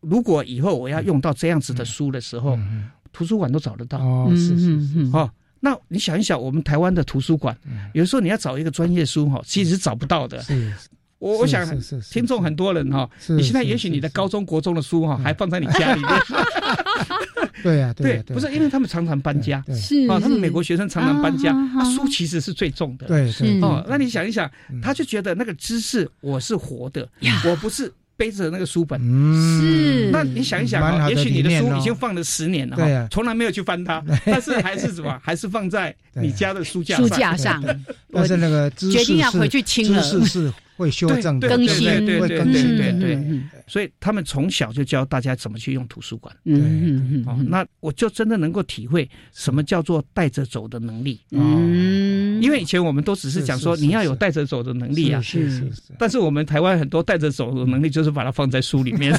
[SPEAKER 7] 如果以后我要用到这样子的书的时候，图书馆都找得到。
[SPEAKER 2] 哦是是
[SPEAKER 3] 是，
[SPEAKER 7] 哦。那你想一想，我们台湾的图书馆，有时候你要找一个专业书哈，其实是找不到的。
[SPEAKER 2] 嗯是
[SPEAKER 7] 啊我我
[SPEAKER 2] 是
[SPEAKER 7] 想
[SPEAKER 2] 是是
[SPEAKER 7] 听众很多人哈，
[SPEAKER 2] 是
[SPEAKER 7] 你现在
[SPEAKER 2] 是
[SPEAKER 7] 也许你的高中国中的书哈还放在你家
[SPEAKER 2] *laughs*
[SPEAKER 7] 里面，
[SPEAKER 2] 对呀对呀啊
[SPEAKER 7] 不是因为他们常常搬家，
[SPEAKER 2] 是
[SPEAKER 7] 啊，他们
[SPEAKER 2] 是
[SPEAKER 7] 美国学生常常搬家，
[SPEAKER 2] 啊
[SPEAKER 7] 啊，书其实是最重的，
[SPEAKER 2] 对嗯对
[SPEAKER 7] 哦
[SPEAKER 2] 是，
[SPEAKER 7] 那你想一想，他就觉得那个知识我是活的，我不是。背着那个书本，
[SPEAKER 2] 是
[SPEAKER 7] 那你想一想
[SPEAKER 2] 蛮
[SPEAKER 7] 啊、
[SPEAKER 2] 嗯好的
[SPEAKER 7] 也许你的
[SPEAKER 2] 理
[SPEAKER 7] 书
[SPEAKER 2] 念哦
[SPEAKER 7] 已经放了十年了哈、
[SPEAKER 2] 对啊
[SPEAKER 7] 从来没有去翻它，但是还是什么，还是放在你家的书架
[SPEAKER 3] 书架上
[SPEAKER 7] 对
[SPEAKER 2] 但是那个知识
[SPEAKER 3] 决定要
[SPEAKER 2] 是
[SPEAKER 3] 回去清了
[SPEAKER 2] 知识是会修正的
[SPEAKER 7] 对对对
[SPEAKER 2] 会
[SPEAKER 7] 对
[SPEAKER 2] 更
[SPEAKER 7] 对
[SPEAKER 2] 新
[SPEAKER 7] 对
[SPEAKER 2] 的
[SPEAKER 7] 对
[SPEAKER 2] 嗯
[SPEAKER 7] 对，所以他们从小就教大家怎么去用图书馆。
[SPEAKER 3] 嗯嗯
[SPEAKER 7] 哦，那我就真的能够体会什么叫做带着走的能力。
[SPEAKER 3] 嗯，
[SPEAKER 7] 因为以前我们都只是讲说
[SPEAKER 3] 是是
[SPEAKER 7] 你要有带着走的能力啊，
[SPEAKER 3] 是是是
[SPEAKER 7] 但是我们台湾很多带着走的能力就是把它放在书里
[SPEAKER 3] *laughs*
[SPEAKER 7] 面。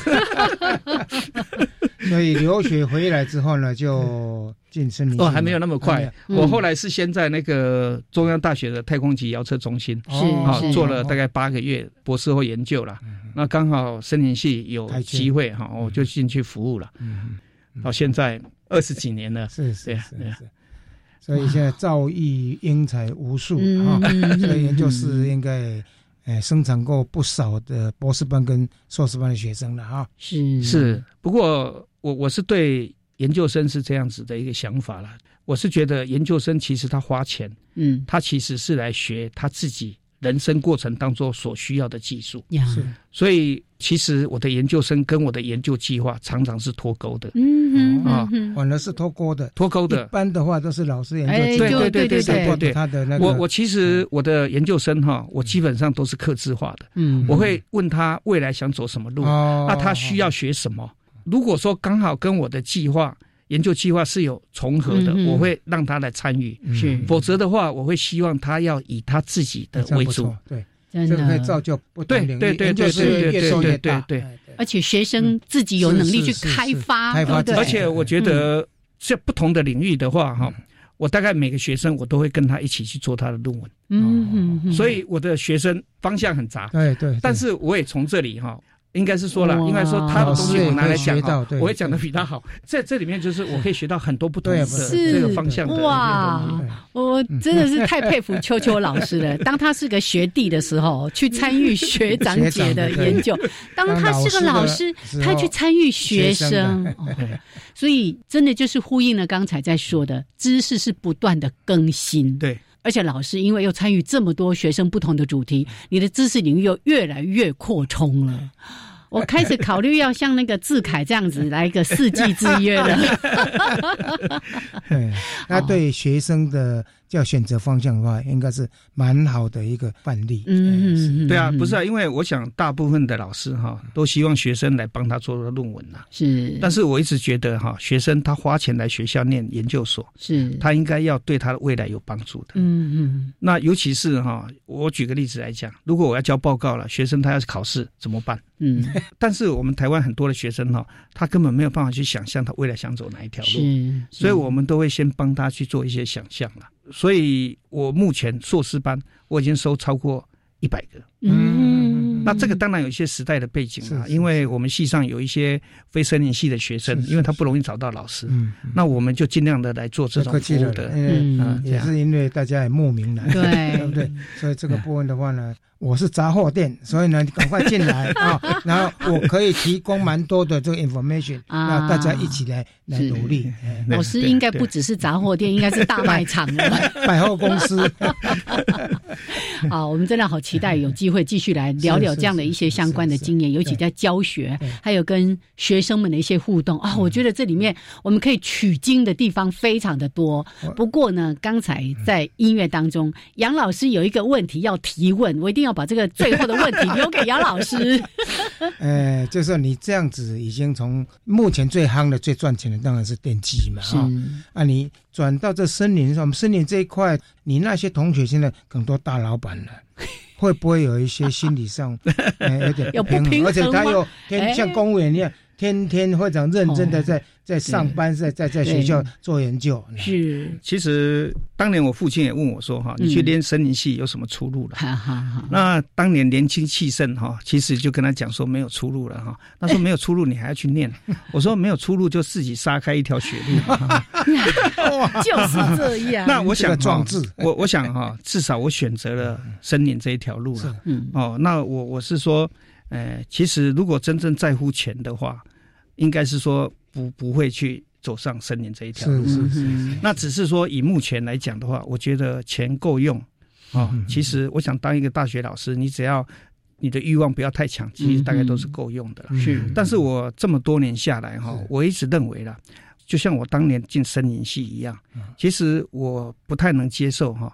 [SPEAKER 2] 所以留学回来之后呢，就晋升
[SPEAKER 7] *laughs* 哦，还没有那么快。
[SPEAKER 2] 嗯
[SPEAKER 7] 我后来是先在那个中央大学的太空及遥测中心，
[SPEAKER 2] 是
[SPEAKER 3] 嗯
[SPEAKER 7] 啊
[SPEAKER 2] 是，
[SPEAKER 7] 做了大概八个月博士后研究啦。那刚好森林系有
[SPEAKER 2] 开缺
[SPEAKER 7] 机会哈，我
[SPEAKER 3] 嗯
[SPEAKER 7] 就进去服务了。到现在二十几年了，
[SPEAKER 2] 嗯是是
[SPEAKER 7] 对啊对啊
[SPEAKER 2] 所以现在造诣英才无数
[SPEAKER 7] 嗯
[SPEAKER 2] 啊
[SPEAKER 7] 嗯，
[SPEAKER 2] 所以研究室应该。呃，生产过不少的博士班跟硕士班的学生了哈。嗯
[SPEAKER 3] 是
[SPEAKER 7] 是，不过我我是对研究生是这样子的一个想法啦。我是觉得研究生其实他花钱，
[SPEAKER 3] 嗯，
[SPEAKER 7] 他其实是来学他自己人生过程当中所需要的技术。
[SPEAKER 3] 呀，
[SPEAKER 7] 所以其实我的研究生跟我的研究计划常常是脱钩的。
[SPEAKER 3] 嗯
[SPEAKER 7] 啊
[SPEAKER 3] 嗯
[SPEAKER 2] 反而是脱钩的，
[SPEAKER 7] 脱钩
[SPEAKER 2] 一
[SPEAKER 7] 的，
[SPEAKER 2] 般的话都是老师研
[SPEAKER 7] 哎
[SPEAKER 2] 究计划，
[SPEAKER 7] 对对对
[SPEAKER 2] 才
[SPEAKER 7] 对
[SPEAKER 2] 获
[SPEAKER 7] 对
[SPEAKER 2] 得他的那个。
[SPEAKER 7] 我我其实我的研究生哈，我基本上都是客制化的，
[SPEAKER 2] 嗯
[SPEAKER 7] 我会问他未来想走什么路，
[SPEAKER 2] 哦
[SPEAKER 7] 那他需要学什么。如果说刚好跟我的计划。研究计划是有重合的，
[SPEAKER 2] 嗯嗯
[SPEAKER 7] 我会让他来参与。
[SPEAKER 2] 是
[SPEAKER 7] 否则的话，我会希望他要以他自己的
[SPEAKER 2] 这样
[SPEAKER 7] 为
[SPEAKER 2] 不
[SPEAKER 7] 主
[SPEAKER 2] 错。对，
[SPEAKER 3] 真
[SPEAKER 2] 这个可以
[SPEAKER 3] 的
[SPEAKER 2] 造就不同
[SPEAKER 7] 对
[SPEAKER 2] 领域
[SPEAKER 7] 对对
[SPEAKER 2] 研究
[SPEAKER 7] 对
[SPEAKER 2] 室越
[SPEAKER 7] 对
[SPEAKER 2] 越
[SPEAKER 7] 对
[SPEAKER 2] 做
[SPEAKER 7] 对
[SPEAKER 2] 越
[SPEAKER 7] 对
[SPEAKER 2] 大。哎
[SPEAKER 7] 对，
[SPEAKER 3] 而且学生自己有能力去开发，
[SPEAKER 7] 是是是是
[SPEAKER 3] 对不对？
[SPEAKER 7] 而且我觉得
[SPEAKER 2] 嗯
[SPEAKER 7] 在不同的领域的话，哈、我大概每个学生我都会跟他一起去做他的论文，
[SPEAKER 3] 嗯，嗯嗯，
[SPEAKER 7] 所以我的学生方向很杂。
[SPEAKER 2] 对对，
[SPEAKER 7] 但是我也从这里哈。应该是说了，
[SPEAKER 2] 嗯哇
[SPEAKER 7] 应该说他的东
[SPEAKER 2] 老师
[SPEAKER 7] 西
[SPEAKER 2] 也
[SPEAKER 7] 我拿来
[SPEAKER 2] 可以
[SPEAKER 7] 讲
[SPEAKER 2] 学到
[SPEAKER 7] 哈
[SPEAKER 2] 对
[SPEAKER 7] 我会讲的比他好。在这里面就是我可以学到很多不同
[SPEAKER 2] 对
[SPEAKER 7] 的
[SPEAKER 3] 是
[SPEAKER 7] 这个方向的
[SPEAKER 3] 哇
[SPEAKER 7] 一些东西。
[SPEAKER 3] 我真的是太佩服秋秋老师了。当他是个学弟的时候，去参与学长姐的研究；当他是个老师，他去参与学生。哦所以，真的就是呼应了刚才在说的，知识是不断的更新。
[SPEAKER 7] 对。
[SPEAKER 3] 而且老师因为又参与这么多学生不同的主题，你的知识领域又越来越扩充了。我开始考虑要像那个志凯这样子来一个
[SPEAKER 7] *laughs*
[SPEAKER 3] 四季之约了。
[SPEAKER 7] 哦
[SPEAKER 2] 他对学生的要选择方向的话，应该是蛮好的一个范例。哎
[SPEAKER 3] 嗯，
[SPEAKER 7] 对啊，不是啊，因为我想大部分的老师哈，都希望学生来帮他做论文呐、啊。
[SPEAKER 3] 是，
[SPEAKER 7] 但是我一直觉得哈，学生他花钱来学校念研究所，
[SPEAKER 3] 是
[SPEAKER 7] 他应该要对他的未来有帮助的。
[SPEAKER 3] 嗯嗯。
[SPEAKER 7] 那尤其是哈，我举个例子来讲，如果我要交报告了，学生他要考试怎么办？
[SPEAKER 3] 嗯，
[SPEAKER 7] 但是我们台湾很多的学生哈，他根本没有办法去想象他未来想走哪一条路，
[SPEAKER 3] 嗯是，
[SPEAKER 7] 所以我们都会先帮他去做一些想象了。所以我目前硕士班我已经收超过一百个，
[SPEAKER 3] 嗯，
[SPEAKER 7] 那这个当然有一些时代的背景啊，因为我们系上有一些非森林系的学生，因为他不容易找到老师，
[SPEAKER 2] 嗯，
[SPEAKER 7] 那我们就尽量的来做这种服务的，
[SPEAKER 2] 嗯，也是因为大家也慕名
[SPEAKER 7] *laughs*
[SPEAKER 2] 来，
[SPEAKER 3] 对，
[SPEAKER 2] 对不对？所以这个部分的话呢，我是杂货店，所以呢，你赶快进
[SPEAKER 7] *laughs*
[SPEAKER 2] 来啊，然后我可以提供蛮多的这个 information，那
[SPEAKER 7] 啊
[SPEAKER 2] 大家一起来来努力。哎
[SPEAKER 3] 老师应该不只是杂货店，应该是大卖场了，
[SPEAKER 2] 百货公司。 *laughs*
[SPEAKER 7] *laughs*
[SPEAKER 3] 好，啊我们真的好期待有机会继续来聊聊这样的一些相关的经验，尤其在教学，还有跟学生们的一些互动
[SPEAKER 7] 嗯
[SPEAKER 3] 啊、哦。我觉得这里面我们可以取经的地方非常的多。不过呢，刚才在音乐当
[SPEAKER 7] 嗯
[SPEAKER 3] 中，杨老师有一个问题要提问，我一定要把这个最后的问题留给杨老
[SPEAKER 7] *laughs*
[SPEAKER 3] 师。
[SPEAKER 2] 呃，就是你这样子已经从目前最夯的、最赚钱的当然是电机嘛，
[SPEAKER 3] 啊、哦，
[SPEAKER 2] 啊你。转到这森林上，我们森林这一块，你那些同学现在很多大老板
[SPEAKER 7] *laughs*
[SPEAKER 2] 了，会不会有一些心理上呃、有点
[SPEAKER 3] 有不平衡？
[SPEAKER 2] 而且他又天像公务员一样，天天非常认真的在、
[SPEAKER 7] 哎
[SPEAKER 2] 哦、在上班，在在在学校做研究。
[SPEAKER 3] 是，
[SPEAKER 7] 其实当年我父亲也问我说：“哈，你去练森林系有什么出路了？” *laughs*
[SPEAKER 3] 嗯、
[SPEAKER 7] 那当年年轻气盛哈，其实就跟他讲说没有出路了哈。他说没有出路，你还要去念？我说没有出路就自己杀开一条血路。
[SPEAKER 3] 就是这 *laughs* 样。
[SPEAKER 7] 那我想
[SPEAKER 2] 壮志，
[SPEAKER 7] 我我想哈，至少我选择了森林这一条路了。
[SPEAKER 3] 嗯，
[SPEAKER 7] 哦，那我我是说，呃，其实如果真正在乎钱的话，应该是说不不会去走上森林这一条路。
[SPEAKER 2] 是是是。
[SPEAKER 7] 那只是说以目前来讲的话，我觉得钱够用
[SPEAKER 2] 哦
[SPEAKER 7] 啊。其实我想当一个大学老师，你只要你的欲望不要太强，其实大概都是够用的了。嗯
[SPEAKER 3] 是。
[SPEAKER 7] 但是我这么多年下来哈，我一直认为啦。就像我当年进森林系一样，其实我不太能接受哈，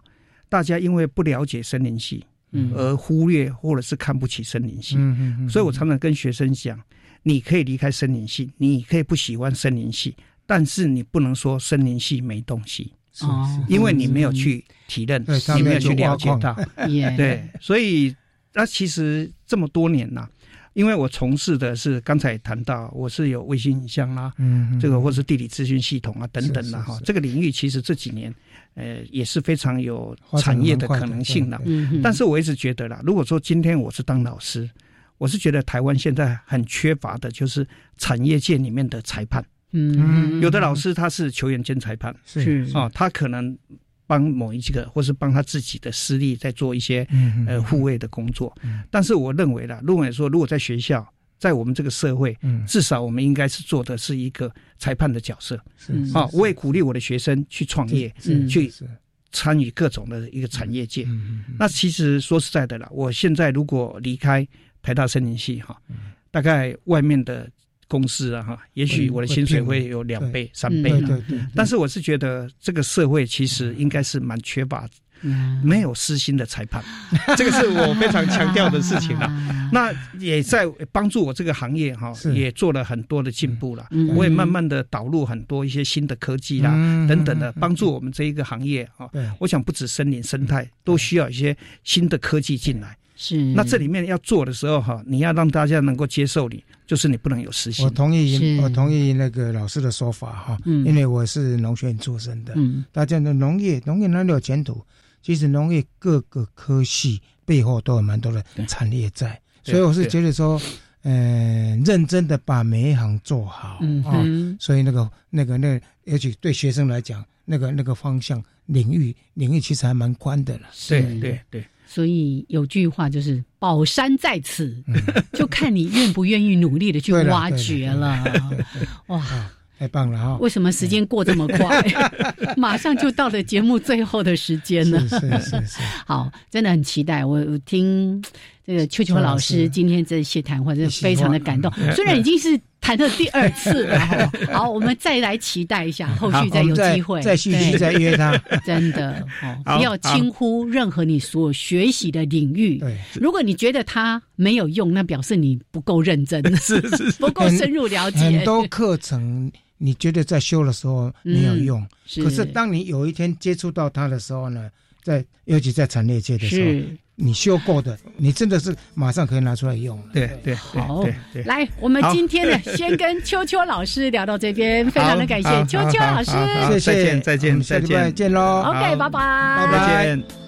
[SPEAKER 7] 大家因为不了解森林系，
[SPEAKER 3] 嗯，
[SPEAKER 7] 而忽略或者是看不起森林系，
[SPEAKER 2] 嗯嗯嗯，
[SPEAKER 7] 所以我常常跟学生讲，你可以离开森林系，你可以不喜欢森林系，但是你不能说森林系没东西。
[SPEAKER 3] 哦，
[SPEAKER 7] 因为你没有去体认，你没有去了解到， *laughs* 对，所以那其实这么多年呐。因为我从事的是刚才谈到，我是有卫星影像啦、啊，
[SPEAKER 2] 嗯，
[SPEAKER 7] 这个或是地理资讯系统啊等等啦、啊、哈，这个领域其实这几年，呃，也是非常有产业的可能性啊的。
[SPEAKER 3] 嗯，
[SPEAKER 7] 但是我一直觉得啦，如果说今天我是当老师，我是觉得台湾现在很缺乏的就是产业界里面的裁判。
[SPEAKER 3] 嗯，
[SPEAKER 7] 有的老师他是球员兼裁判，
[SPEAKER 2] 是
[SPEAKER 7] 哦，他可能。帮某一个，或是帮他自己的私利，在做一
[SPEAKER 2] 嗯
[SPEAKER 7] 些
[SPEAKER 3] 嗯
[SPEAKER 7] 呃护卫的工作。但是我认为啦，如果说如果在学校，在我们这个社会，至少我们应该是做的是一个裁判的角色。
[SPEAKER 3] 嗯
[SPEAKER 7] 啊，我也鼓励我的学生去创业，去参与各种的一个产
[SPEAKER 3] 嗯
[SPEAKER 7] 业
[SPEAKER 2] 嗯
[SPEAKER 7] 界。那其实说实在的啦，我现在如果离开台大森林系哈，大概外面的。公司啊，哈，也许我的薪水会有两倍、三倍
[SPEAKER 3] 嗯
[SPEAKER 2] 了。
[SPEAKER 7] 但是我是觉得这个社会其实应该是蛮缺乏，
[SPEAKER 3] 嗯
[SPEAKER 7] 没有私心的裁判，这个是我非常强调的事情啊。那也在帮助我这个行业哈，也做了很多的进步了。我也慢慢的导入很多一些新的科
[SPEAKER 2] 嗯
[SPEAKER 7] 技啦，啊等等的，帮助我们这一个行业啊。我想不止森林生态，都需要一些新的科技进来。
[SPEAKER 3] 是，
[SPEAKER 2] 嗯
[SPEAKER 7] 那这里面要做的时候哈，你要让大家能够接受你，就是你不能有私心。
[SPEAKER 2] 我同意，我同意那个老师的说法哈，
[SPEAKER 3] 嗯、
[SPEAKER 2] 因为我是农学院出身的，
[SPEAKER 3] 嗯、
[SPEAKER 2] 大家的农业，农业哪里有前途？其实农业各个科系背后都有蛮多的产业在，所以我是觉得说，嗯、呃，认真的把每一行做好啊、
[SPEAKER 3] 嗯哦，
[SPEAKER 2] 所以那个那个那，而且对学生来讲，那个那个方向领域领域其实还蛮宽的了。
[SPEAKER 7] 对对对。对
[SPEAKER 3] 所以有句话就是“宝山在此”， *laughs* 就看你愿不愿意努力的去挖掘了。哇，
[SPEAKER 2] 太棒了哈！
[SPEAKER 3] *laughs* 为什么时间过这么快？ *laughs* 马上就到了节目最后的时间了。
[SPEAKER 2] 是是是。
[SPEAKER 3] 好，真的很期待。我我听这个秋秋老师今天这些谈话，真的非常的感动。虽然已经是。谈了第二次了哈。好，我们再来期待一下， *laughs* 后续再有机会
[SPEAKER 2] 再续集再约他。
[SPEAKER 3] *laughs* 真的哦，不要轻忽任何你所学习的领域。
[SPEAKER 2] 对，
[SPEAKER 3] 如果你觉得它没有用，那表示你不够认真，
[SPEAKER 2] *laughs* 是是
[SPEAKER 3] *laughs* 不够深入了解。
[SPEAKER 2] 很多课程你觉得在修的时候没有用，可是当你有一天接触到它的时候呢，在尤其在产业界的时候。你修过的，你真的是马上可以拿出来用了。
[SPEAKER 7] 对对，
[SPEAKER 3] 好，来，我们今天呢，先跟秋秋老师聊到这
[SPEAKER 2] *laughs*
[SPEAKER 3] 边，非常的感谢秋秋老师，
[SPEAKER 2] 谢谢，嗯
[SPEAKER 7] 再见再见
[SPEAKER 2] 再见，见喽。
[SPEAKER 3] OK，拜拜，
[SPEAKER 2] 拜拜。